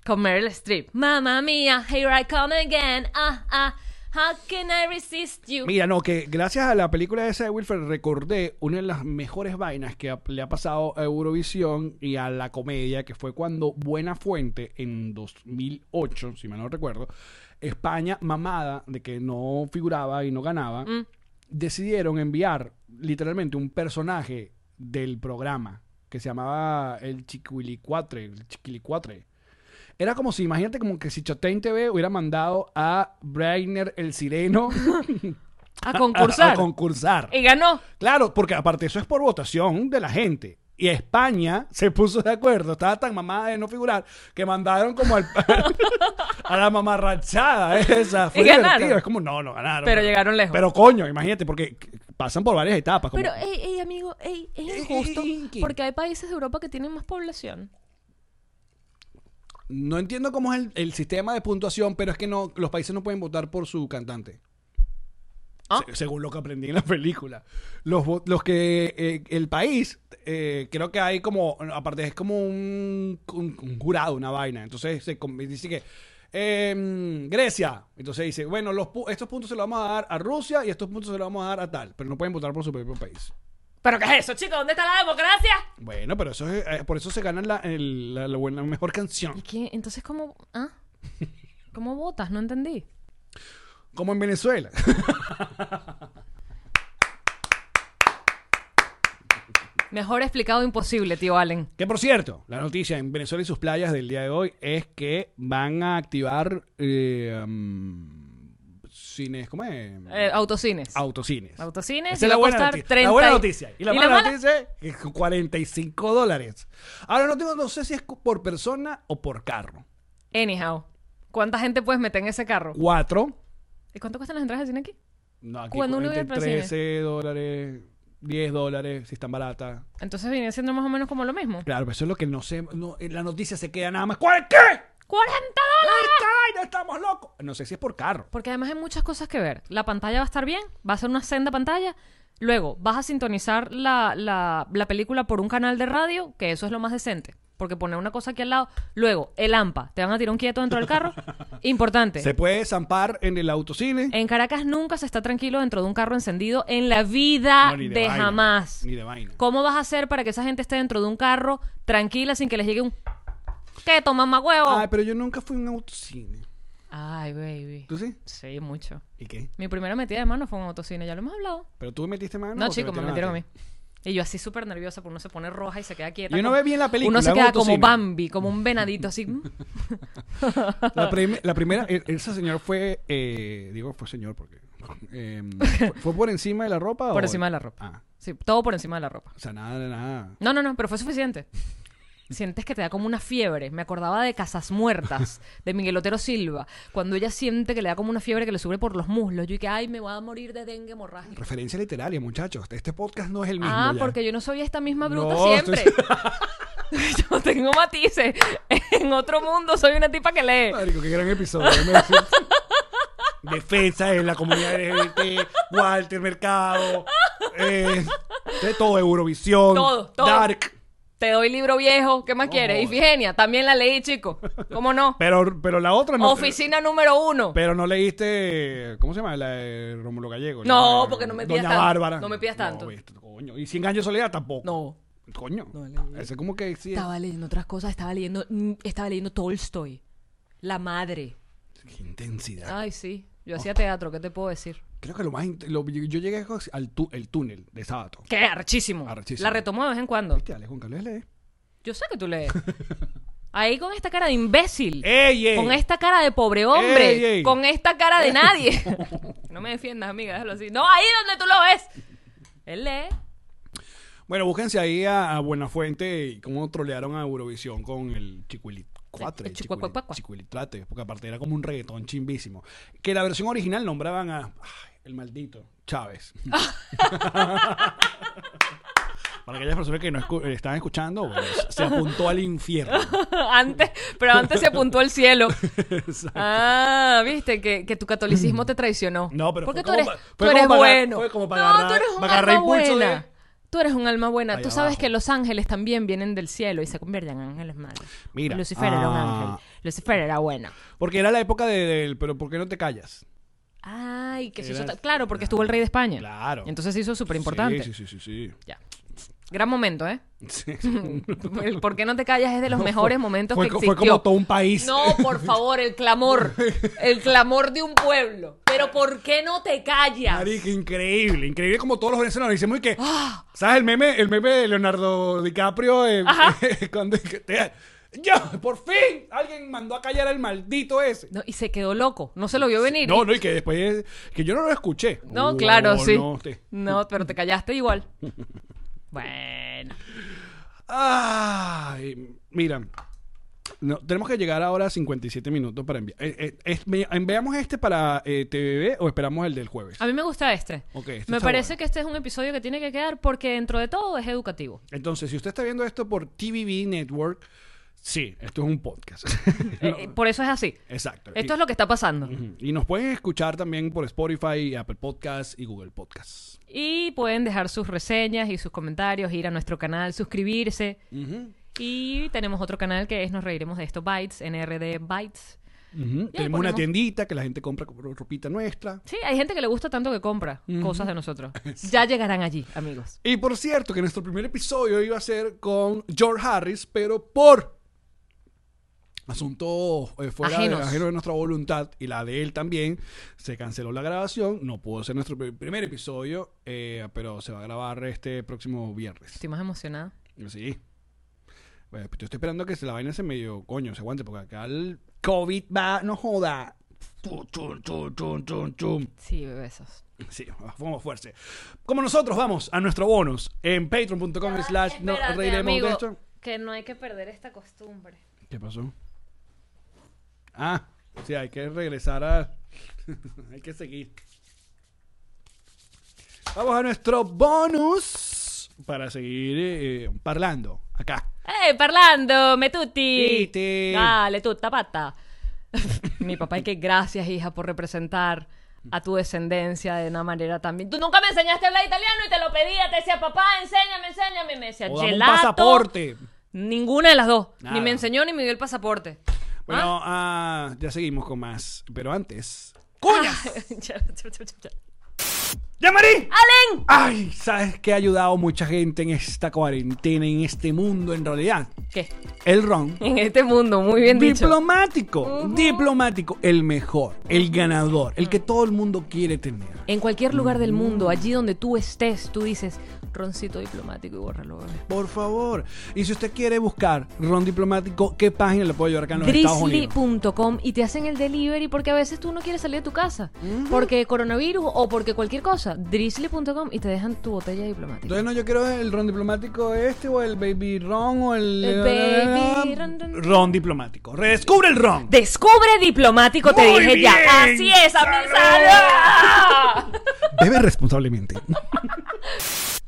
[SPEAKER 2] con Meryl Streep. Mamá Mía, here I come again. Ah, ah, how can I resist you?
[SPEAKER 1] Mira, no, que gracias a la película esa de Wilfred recordé una de las mejores vainas que ha- le ha pasado a Eurovisión y a la comedia, que fue cuando Buena Fuente en 2008, si mal no recuerdo, España mamada de que no figuraba y no ganaba, decidieron enviar literalmente un personaje del programa que se llamaba el Chiquilicuatre, el Chiquilicuatre. Era como si, imagínate, como que si Chatein TV hubiera mandado a Brainer el Sireno
[SPEAKER 2] A
[SPEAKER 1] a-
[SPEAKER 2] concursar. Eh,
[SPEAKER 1] a concursar.
[SPEAKER 2] Y ganó.
[SPEAKER 1] Claro, porque aparte eso es por votación de la gente. Y España se puso de acuerdo, estaba tan mamada de no figurar que mandaron como al- [laughs] a la mamarrachada esa. Fue
[SPEAKER 2] Y ganaron.
[SPEAKER 1] divertido. Es como, no, no ganaron.
[SPEAKER 2] Pero llegaron lejos.
[SPEAKER 1] Pero coño, imagínate, porque pasan por varias etapas. Como,
[SPEAKER 2] Pero, ey, ey, amigo, ey, es
[SPEAKER 1] Ey,
[SPEAKER 2] injusto.
[SPEAKER 1] ey, ey, ¿qué?
[SPEAKER 2] porque hay países de Europa que tienen más población.
[SPEAKER 1] No entiendo cómo es el, el sistema de puntuación, pero es que no, los países no pueden votar por su cantante.
[SPEAKER 2] ¿Ah?
[SPEAKER 1] Se- según lo que aprendí en la película. Los, vo- los que eh, el país, eh, creo que hay como, aparte es como un, un- un jurado, una vaina. Entonces se com- dice que em, Grecia. Entonces dice, bueno, los pu- estos puntos se los vamos a dar a Rusia y estos puntos se los vamos a dar a tal, pero no pueden votar por su propio país.
[SPEAKER 2] ¿Pero qué es eso, chicos? ¿Dónde está la democracia?
[SPEAKER 1] Bueno, pero eso es, eh, por eso se gana la, el- la- la buena- la mejor canción.
[SPEAKER 2] ¿Y qué? Entonces, ¿cómo? ¿Ah? ¿Cómo votas? No entendí.
[SPEAKER 1] Como en Venezuela.
[SPEAKER 2] Mejor explicado imposible, tío Allen.
[SPEAKER 1] Que por cierto, la noticia en Venezuela y sus playas del día de hoy es que van a activar eh, mm, cines, ¿cómo es?
[SPEAKER 2] Eh, autocines.
[SPEAKER 1] Autocines.
[SPEAKER 2] Autocines.
[SPEAKER 1] Esa
[SPEAKER 2] y
[SPEAKER 1] es la
[SPEAKER 2] va a
[SPEAKER 1] buena,
[SPEAKER 2] costar
[SPEAKER 1] noticia.
[SPEAKER 2] 30
[SPEAKER 1] la buena noticia. Y la mala
[SPEAKER 2] mala?
[SPEAKER 1] noticia es que con 45 dólares. Ahora no tengo, no sé si es por persona o por carro.
[SPEAKER 2] Anyhow. ¿Cuánta gente puedes meter en ese carro?
[SPEAKER 1] Cuatro.
[SPEAKER 2] ¿Y cuánto cuestan las entradas de cine aquí?
[SPEAKER 1] No, aquí
[SPEAKER 2] Cuando uno
[SPEAKER 1] entre
[SPEAKER 2] vive para cine.
[SPEAKER 1] 13 dólares, 10 dólares, si están baratas.
[SPEAKER 2] Entonces viene siendo más o menos como lo mismo.
[SPEAKER 1] Claro, pero eso es lo que no sé. no, en la noticia se queda nada más. ¿Cuál qué?
[SPEAKER 2] ¡40 dólares!
[SPEAKER 1] ¡Ay, no estamos locos! No sé si es por carro.
[SPEAKER 2] Porque además hay muchas cosas que ver. La pantalla va a estar bien, va a ser una senda pantalla. Luego vas a sintonizar la, la- la película por un canal de radio, que eso es lo más decente. Porque poner una cosa aquí al lado. Luego, el AMPA. Te van a tirar un quieto dentro
[SPEAKER 1] [laughs]
[SPEAKER 2] del carro. Importante.
[SPEAKER 1] Se puede zampar en el autocine.
[SPEAKER 2] Este. En Caracas nunca se está tranquilo dentro de un carro encendido en la vida
[SPEAKER 1] No, ni
[SPEAKER 2] de,
[SPEAKER 1] vaina,
[SPEAKER 2] jamás.
[SPEAKER 1] Ni de vaina.
[SPEAKER 2] ¿Cómo vas a hacer para que esa gente esté dentro de un carro tranquila sin que les llegue un ¿Qué toma más huevo?
[SPEAKER 1] Ay, pero yo nunca fui a un autocine.
[SPEAKER 2] Ay, baby.
[SPEAKER 1] ¿Tú sí?
[SPEAKER 2] Sí, mucho.
[SPEAKER 1] ¿Y qué?
[SPEAKER 2] Mi primera metida de mano fue en autocine, ya lo hemos hablado.
[SPEAKER 1] ¿Pero tú me metiste mano?
[SPEAKER 2] No,
[SPEAKER 1] o te
[SPEAKER 2] chicos, me
[SPEAKER 1] metieron
[SPEAKER 2] metieron a mí.
[SPEAKER 1] ti?
[SPEAKER 2] Y yo así súper nerviosa, porque uno se pone roja y se queda quieta.
[SPEAKER 1] Y uno
[SPEAKER 2] como-
[SPEAKER 1] ve bien la película
[SPEAKER 2] Uno se
[SPEAKER 1] en
[SPEAKER 2] queda
[SPEAKER 1] autocine.
[SPEAKER 2] como Bambi, como un venadito así. mm, [laughs]
[SPEAKER 1] La, prim- la primera, e- ese señor fue, eh, digo, fue señor porque...
[SPEAKER 2] [laughs]
[SPEAKER 1] eh, ¿fue, fue por encima de la ropa?
[SPEAKER 2] Por
[SPEAKER 1] o-
[SPEAKER 2] encima de la ropa.
[SPEAKER 1] Ah,
[SPEAKER 2] Sí, todo por encima de la ropa.
[SPEAKER 1] o sea, nada, de nada.
[SPEAKER 2] No, no, no, pero fue suficiente. Sientes que te da como una fiebre. Me acordaba de Casas Muertas, de Miguel Otero Silva, cuando ella siente que le da como una fiebre que le sube por los muslos. Yo y que, ay, me voy a morir de dengue hemorrágico.
[SPEAKER 1] Referencia literaria, muchachos. Este podcast no es el mismo
[SPEAKER 2] Ah,
[SPEAKER 1] ya.
[SPEAKER 2] porque yo no soy esta misma bruta
[SPEAKER 1] No,
[SPEAKER 2] siempre. [laughs] yo tengo matices. En otro mundo soy una tipa que lee.
[SPEAKER 1] Marico, qué gran episodio. me decís. [laughs] Defensa en la comunidad LGBT, Walter Mercado, eh, De todo, Eurovisión,
[SPEAKER 2] Todo, todo.
[SPEAKER 1] Dark.
[SPEAKER 2] Te doy libro viejo, ¿qué más quieres? Ifigenia, también la leí, chico. ¿Cómo
[SPEAKER 1] [laughs]
[SPEAKER 2] no?
[SPEAKER 1] Pero, pero la otra no.
[SPEAKER 2] Oficina número uno.
[SPEAKER 1] Pero no leíste, ¿cómo se llama? La de Rómulo Gallego.
[SPEAKER 2] No,
[SPEAKER 1] La-
[SPEAKER 2] porque no me pidas
[SPEAKER 1] Doña
[SPEAKER 2] tanto.
[SPEAKER 1] Bárbara.
[SPEAKER 2] No me pidas tanto.
[SPEAKER 1] viste, coño. Y Cien años de soledad tampoco.
[SPEAKER 2] No.
[SPEAKER 1] Coño.
[SPEAKER 2] No leí.
[SPEAKER 1] Ese como que sí.
[SPEAKER 2] Estaba leyendo otras cosas, estaba leyendo, mm, estaba leyendo Tolstoy. La madre.
[SPEAKER 1] Qué intensidad.
[SPEAKER 2] Ay, sí. Yo hacía teatro, ¿qué te puedo decir?
[SPEAKER 1] Creo que lo más... int- lo- yo llegué al tú- el túnel de sábado.
[SPEAKER 2] Qué archísimo.
[SPEAKER 1] Arrechísimo.
[SPEAKER 2] La retomo de vez en cuando.
[SPEAKER 1] Viste, Alex, Juan Carlos lee.
[SPEAKER 2] Yo sé que
[SPEAKER 1] [laughs]
[SPEAKER 2] tú lees. Ahí con esta cara de imbécil.
[SPEAKER 1] ¡Ey, ey!
[SPEAKER 2] Con esta cara de pobre hombre.
[SPEAKER 1] Ey, ey.
[SPEAKER 2] Con esta cara
[SPEAKER 1] [laughs]
[SPEAKER 2] de nadie. [laughs] no me defiendas, amiga, déjalo así. No, ahí donde tú lo ves. Él lee.
[SPEAKER 1] Bueno, búsquense ahí a, a Buenafuente y cómo trolearon a Eurovisión con el Chicuilit. Cuatre,
[SPEAKER 2] El chicuacuacuacua.
[SPEAKER 1] Chicuilitrate, porque aparte era como un reggaetón chimbísimo. Que la versión original nombraban a ay, el maldito
[SPEAKER 2] [laughs]
[SPEAKER 1] Chávez. Para aquellas personas que no escu- eh, estaban escuchando, bueno, se apuntó al infierno.
[SPEAKER 2] [laughs] antes, pero antes se apuntó al cielo.
[SPEAKER 1] [laughs] Exacto.
[SPEAKER 2] Ah, viste que, que
[SPEAKER 1] [clears throat]
[SPEAKER 2] tu catolicismo te traicionó.
[SPEAKER 1] No, pero
[SPEAKER 2] porque tú
[SPEAKER 1] fue
[SPEAKER 2] eres,
[SPEAKER 1] como pa-
[SPEAKER 2] tú
[SPEAKER 1] fue como
[SPEAKER 2] eres
[SPEAKER 1] para-
[SPEAKER 2] bueno.
[SPEAKER 1] fue como para
[SPEAKER 2] no,
[SPEAKER 1] agarrar-
[SPEAKER 2] tú eres un
[SPEAKER 1] para agarrar
[SPEAKER 2] alma
[SPEAKER 1] impulso de-
[SPEAKER 2] buena. Tú eres un alma buena.
[SPEAKER 1] Allá
[SPEAKER 2] tú sabes
[SPEAKER 1] abajo.
[SPEAKER 2] que los ángeles también vienen del cielo y se convierten en ángeles malos.
[SPEAKER 1] Mira,
[SPEAKER 2] Lucifer era un
[SPEAKER 1] ah.
[SPEAKER 2] ángel. Lucifer era bueno.
[SPEAKER 1] Porque era la época de- del, pero ¿por qué no te callas?
[SPEAKER 2] Ay, que se
[SPEAKER 1] Era-
[SPEAKER 2] hizo. ta- Claro, porque estuvo el rey de España.
[SPEAKER 1] Claro.
[SPEAKER 2] Entonces se hizo súper importante.
[SPEAKER 1] Sí, sí, sí,
[SPEAKER 2] [laughs]
[SPEAKER 1] sí.
[SPEAKER 2] Ya. Gran
[SPEAKER 1] [laughs]
[SPEAKER 2] momento, ¿eh?
[SPEAKER 1] sí.
[SPEAKER 2] El ¿Por qué no te callas? Es de los mejores momentos
[SPEAKER 1] fue,
[SPEAKER 2] que
[SPEAKER 1] co-
[SPEAKER 2] existió.
[SPEAKER 1] fue como todo un país.
[SPEAKER 2] No, por favor, el clamor. El clamor de un pueblo. Pero ¿por qué no te callas?
[SPEAKER 1] Marica, increíble, increíble como todos los venezolanos decimos y que
[SPEAKER 2] Ah.
[SPEAKER 1] ¿sabes el meme, el meme de Leonardo DiCaprio eh, [laughs] cuando que te- yo, por fin alguien mandó a callar al maldito ese?
[SPEAKER 2] No, y se quedó loco. No se lo vio venir.
[SPEAKER 1] No, no, y que después eh, que yo no lo escuché.
[SPEAKER 2] No,
[SPEAKER 1] Oh,
[SPEAKER 2] claro, sí.
[SPEAKER 1] no, este, te-
[SPEAKER 2] No, pero te callaste igual. Bueno.
[SPEAKER 1] Ay, mira. No, tenemos que llegar ahora a 57 minutos para enviar. eh, eh, es- me- ¿Enviamos este para eh, TVB o esperamos el del jueves?
[SPEAKER 2] A mí me gusta este.
[SPEAKER 1] Ok, este
[SPEAKER 2] me
[SPEAKER 1] está
[SPEAKER 2] parece
[SPEAKER 1] bueno.
[SPEAKER 2] que este es un episodio que tiene que quedar porque dentro de todo es educativo.
[SPEAKER 1] Entonces, si usted está viendo esto por TVB Network, sí, esto es un podcast. [laughs]
[SPEAKER 2] Eh, eh, por eso es así.
[SPEAKER 1] Exacto. Y-
[SPEAKER 2] Esto es lo que está pasando.
[SPEAKER 1] Ujú. Y [clears throat] nos pueden escuchar también por Spotify, Apple Podcasts y Google Podcasts.
[SPEAKER 2] Y pueden dejar sus reseñas y sus comentarios, ir a nuestro canal, suscribirse. Y tenemos otro canal que es Nos Reiremos de Esto, Bytes, NRD Bytes.
[SPEAKER 1] Ujú. Tenemos
[SPEAKER 2] ponemos-
[SPEAKER 1] una tiendita que la gente compra con ropita nuestra.
[SPEAKER 2] Sí, hay gente que le gusta tanto que compra cosas de nosotros. Ya llegarán allí, amigos.
[SPEAKER 1] Y por cierto, que nuestro primer episodio iba a ser con George Harris, pero por asuntos eh, fuera de,
[SPEAKER 2] Ajenos.
[SPEAKER 1] ajeno de nuestra voluntad y la de él también, se canceló la grabación. No pudo ser nuestro pr- primer episodio, eh, pero se va a grabar este próximo viernes.
[SPEAKER 2] Estoy más emocionada.
[SPEAKER 1] Sí. Bueno, pues yo estoy esperando que se la vaina se medio coño, se aguante, porque acá el COVID va, no joda. Chum, chum, chum, chum, chum, chum.
[SPEAKER 2] Sí, besos.
[SPEAKER 1] Sí, vamos fuerte. Como nosotros vamos a nuestro bonus en patreon.com slash no
[SPEAKER 2] Ah, Espérate,
[SPEAKER 1] reiremos
[SPEAKER 2] amigo,
[SPEAKER 1] de esto.
[SPEAKER 2] Que no hay que perder esta costumbre.
[SPEAKER 1] ¿Qué pasó? Ah, sí, hay que regresar a... [laughs] hay que seguir. Vamos a nuestro bonus para seguir eh, parlando acá.
[SPEAKER 2] ¡Eh, parlando! ¡Metuti!
[SPEAKER 1] Titi.
[SPEAKER 2] Dale, tutta pata. Mi papá, y que gracias, hija, por representar a tu descendencia de una manera también. Tú nunca me enseñaste a hablar italiano y te lo pedía. Te decía, papá, enséñame, enséñame. Y me decía,
[SPEAKER 1] O dame un
[SPEAKER 2] gelato.
[SPEAKER 1] pasaporte.
[SPEAKER 2] Ninguna de las dos.
[SPEAKER 1] Nada.
[SPEAKER 2] Ni me enseñó ni me dio el pasaporte.
[SPEAKER 1] Bueno, ah, ya seguimos con más. Pero antes. Ah.
[SPEAKER 2] [laughs]
[SPEAKER 1] ¡Yamarí!
[SPEAKER 2] ¡Alen!
[SPEAKER 1] ¡Ay! ¿Sabes qué ha ayudado mucha gente en esta cuarentena, en este mundo en realidad?
[SPEAKER 2] ¿Qué?
[SPEAKER 1] El ron.
[SPEAKER 2] En este mundo, muy bien dicho.
[SPEAKER 1] Diplomático, diplomático, el mejor, el ganador, el que
[SPEAKER 2] Mm.
[SPEAKER 1] todo el mundo quiere tener.
[SPEAKER 2] En cualquier lugar del mundo, allí donde tú estés, tú dices, roncito diplomático y bórralo. bebé".
[SPEAKER 1] Por favor. Y si usted quiere buscar ron diplomático, ¿qué página le puedo ayudar acá en los Estados Unidos?
[SPEAKER 2] Drizzly.com y te hacen el delivery porque a veces tú no quieres salir de tu casa. Porque coronavirus o porque cualquier cosa. Drizzly.com y te dejan tu botella diplomática.
[SPEAKER 1] Entonces no, yo quiero el ron diplomático este o el baby ron o el... eh,
[SPEAKER 2] El baby ron, ron.
[SPEAKER 1] ron diplomático. Redescubre el ron.
[SPEAKER 2] Descubre diplomático, te
[SPEAKER 1] Muy
[SPEAKER 2] dije
[SPEAKER 1] bien.
[SPEAKER 2] ya. Así es,
[SPEAKER 1] ¡Salud!
[SPEAKER 2] amizada.
[SPEAKER 1] Bebe [laughs] responsablemente.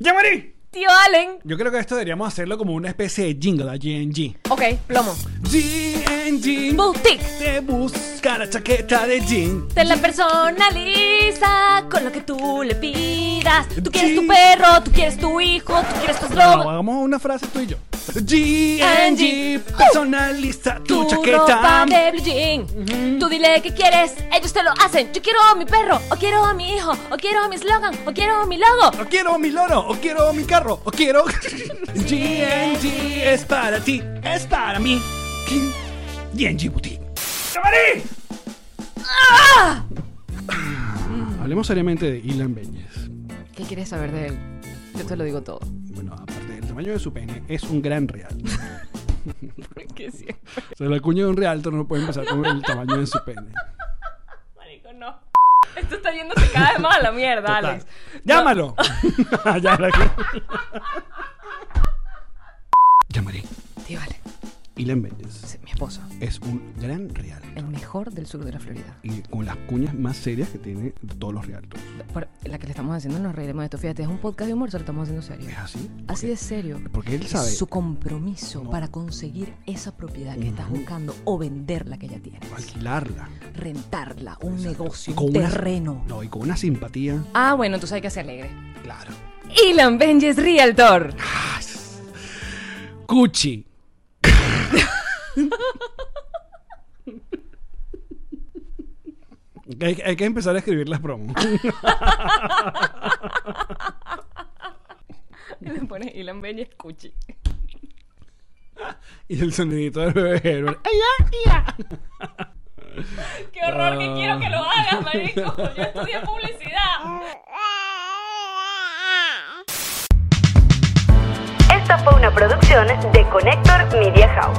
[SPEAKER 1] ¡Yamari!
[SPEAKER 2] [laughs] Tío Allen.
[SPEAKER 1] Yo creo que esto deberíamos hacerlo como una especie de jingle a GNG.
[SPEAKER 2] Ok, plomo.
[SPEAKER 1] GNG
[SPEAKER 2] Boutique.
[SPEAKER 1] te bus cara chaqueta de jean.
[SPEAKER 2] Te la personaliza con lo que tú le pidas. Tú quieres tu
[SPEAKER 1] Sí.
[SPEAKER 2] perro, tú quieres tu hijo, tú quieres tu
[SPEAKER 1] No,
[SPEAKER 2] eslogan.
[SPEAKER 1] hagamos una frase tú y yo. G&G, personaliza tu
[SPEAKER 2] ropa
[SPEAKER 1] chaqueta.
[SPEAKER 2] de blue jean. Tú dile qué quieres, ellos te lo hacen. Yo quiero a mi perro, o quiero a mi hijo, o quiero a mi eslogan, o quiero a mi logo.
[SPEAKER 1] O quiero mi loro, o quiero mi carro, o quiero... [laughs] G&G es para ti, es para mí. G&G Boutique. ¡Chavarí! Mm. Hablemos seriamente de Ilan Beñez.
[SPEAKER 2] ¿Qué quieres saber de él? Yo te lo digo todo.
[SPEAKER 1] Bueno, aparte del tamaño de su pene, es un gran real.
[SPEAKER 2] Porque siempre,
[SPEAKER 1] O sea, la cuña de un realtor no puede empezar con el tamaño de su pene.
[SPEAKER 2] marico, no. Esto está yéndose cada vez más a la mierda,
[SPEAKER 1] Total.
[SPEAKER 2] Alex.
[SPEAKER 1] ¡Llámalo! [laughs] Ya la- Llamaré.
[SPEAKER 2] Tío, vale,
[SPEAKER 1] Ilan Beñez
[SPEAKER 2] mi esposo,
[SPEAKER 1] es un gran real.
[SPEAKER 2] el mejor del sur de la Florida.
[SPEAKER 1] Y con las cuñas más serias que tiene de todos los realtors.
[SPEAKER 2] Por- la que le estamos haciendo nos reiremos de esto. Fíjate, es un podcast de humor, se lo estamos haciendo serio.
[SPEAKER 1] ¿Es así? Porque-
[SPEAKER 2] Así de serio.
[SPEAKER 1] Porque él
[SPEAKER 2] Es
[SPEAKER 1] sabe.
[SPEAKER 2] su compromiso
[SPEAKER 1] No.
[SPEAKER 2] para conseguir esa propiedad que estás buscando o venderla que ya tienes.
[SPEAKER 1] Alquilarla.
[SPEAKER 2] Rentarla, un negocio,
[SPEAKER 1] Con
[SPEAKER 2] un
[SPEAKER 1] una-
[SPEAKER 2] terreno.
[SPEAKER 1] No, y con una simpatía.
[SPEAKER 2] Ah, bueno, tú sabes que se alegre.
[SPEAKER 1] Claro. Ah,
[SPEAKER 2] Ilan Benjes Realtor. [laughs]
[SPEAKER 1] Cuchi. [laughs] hay, hay que empezar a escribir las promos. [laughs]
[SPEAKER 2] Le pones Ilan Benjes Cuchi.
[SPEAKER 1] y el sonidito del bebé Herbert. ¡Ay,
[SPEAKER 2] Qué horror
[SPEAKER 1] Ah.
[SPEAKER 2] que quiero que lo hagas, marico. Yo estudié publicidad.
[SPEAKER 5] Esta fue una producción de Connector Media House.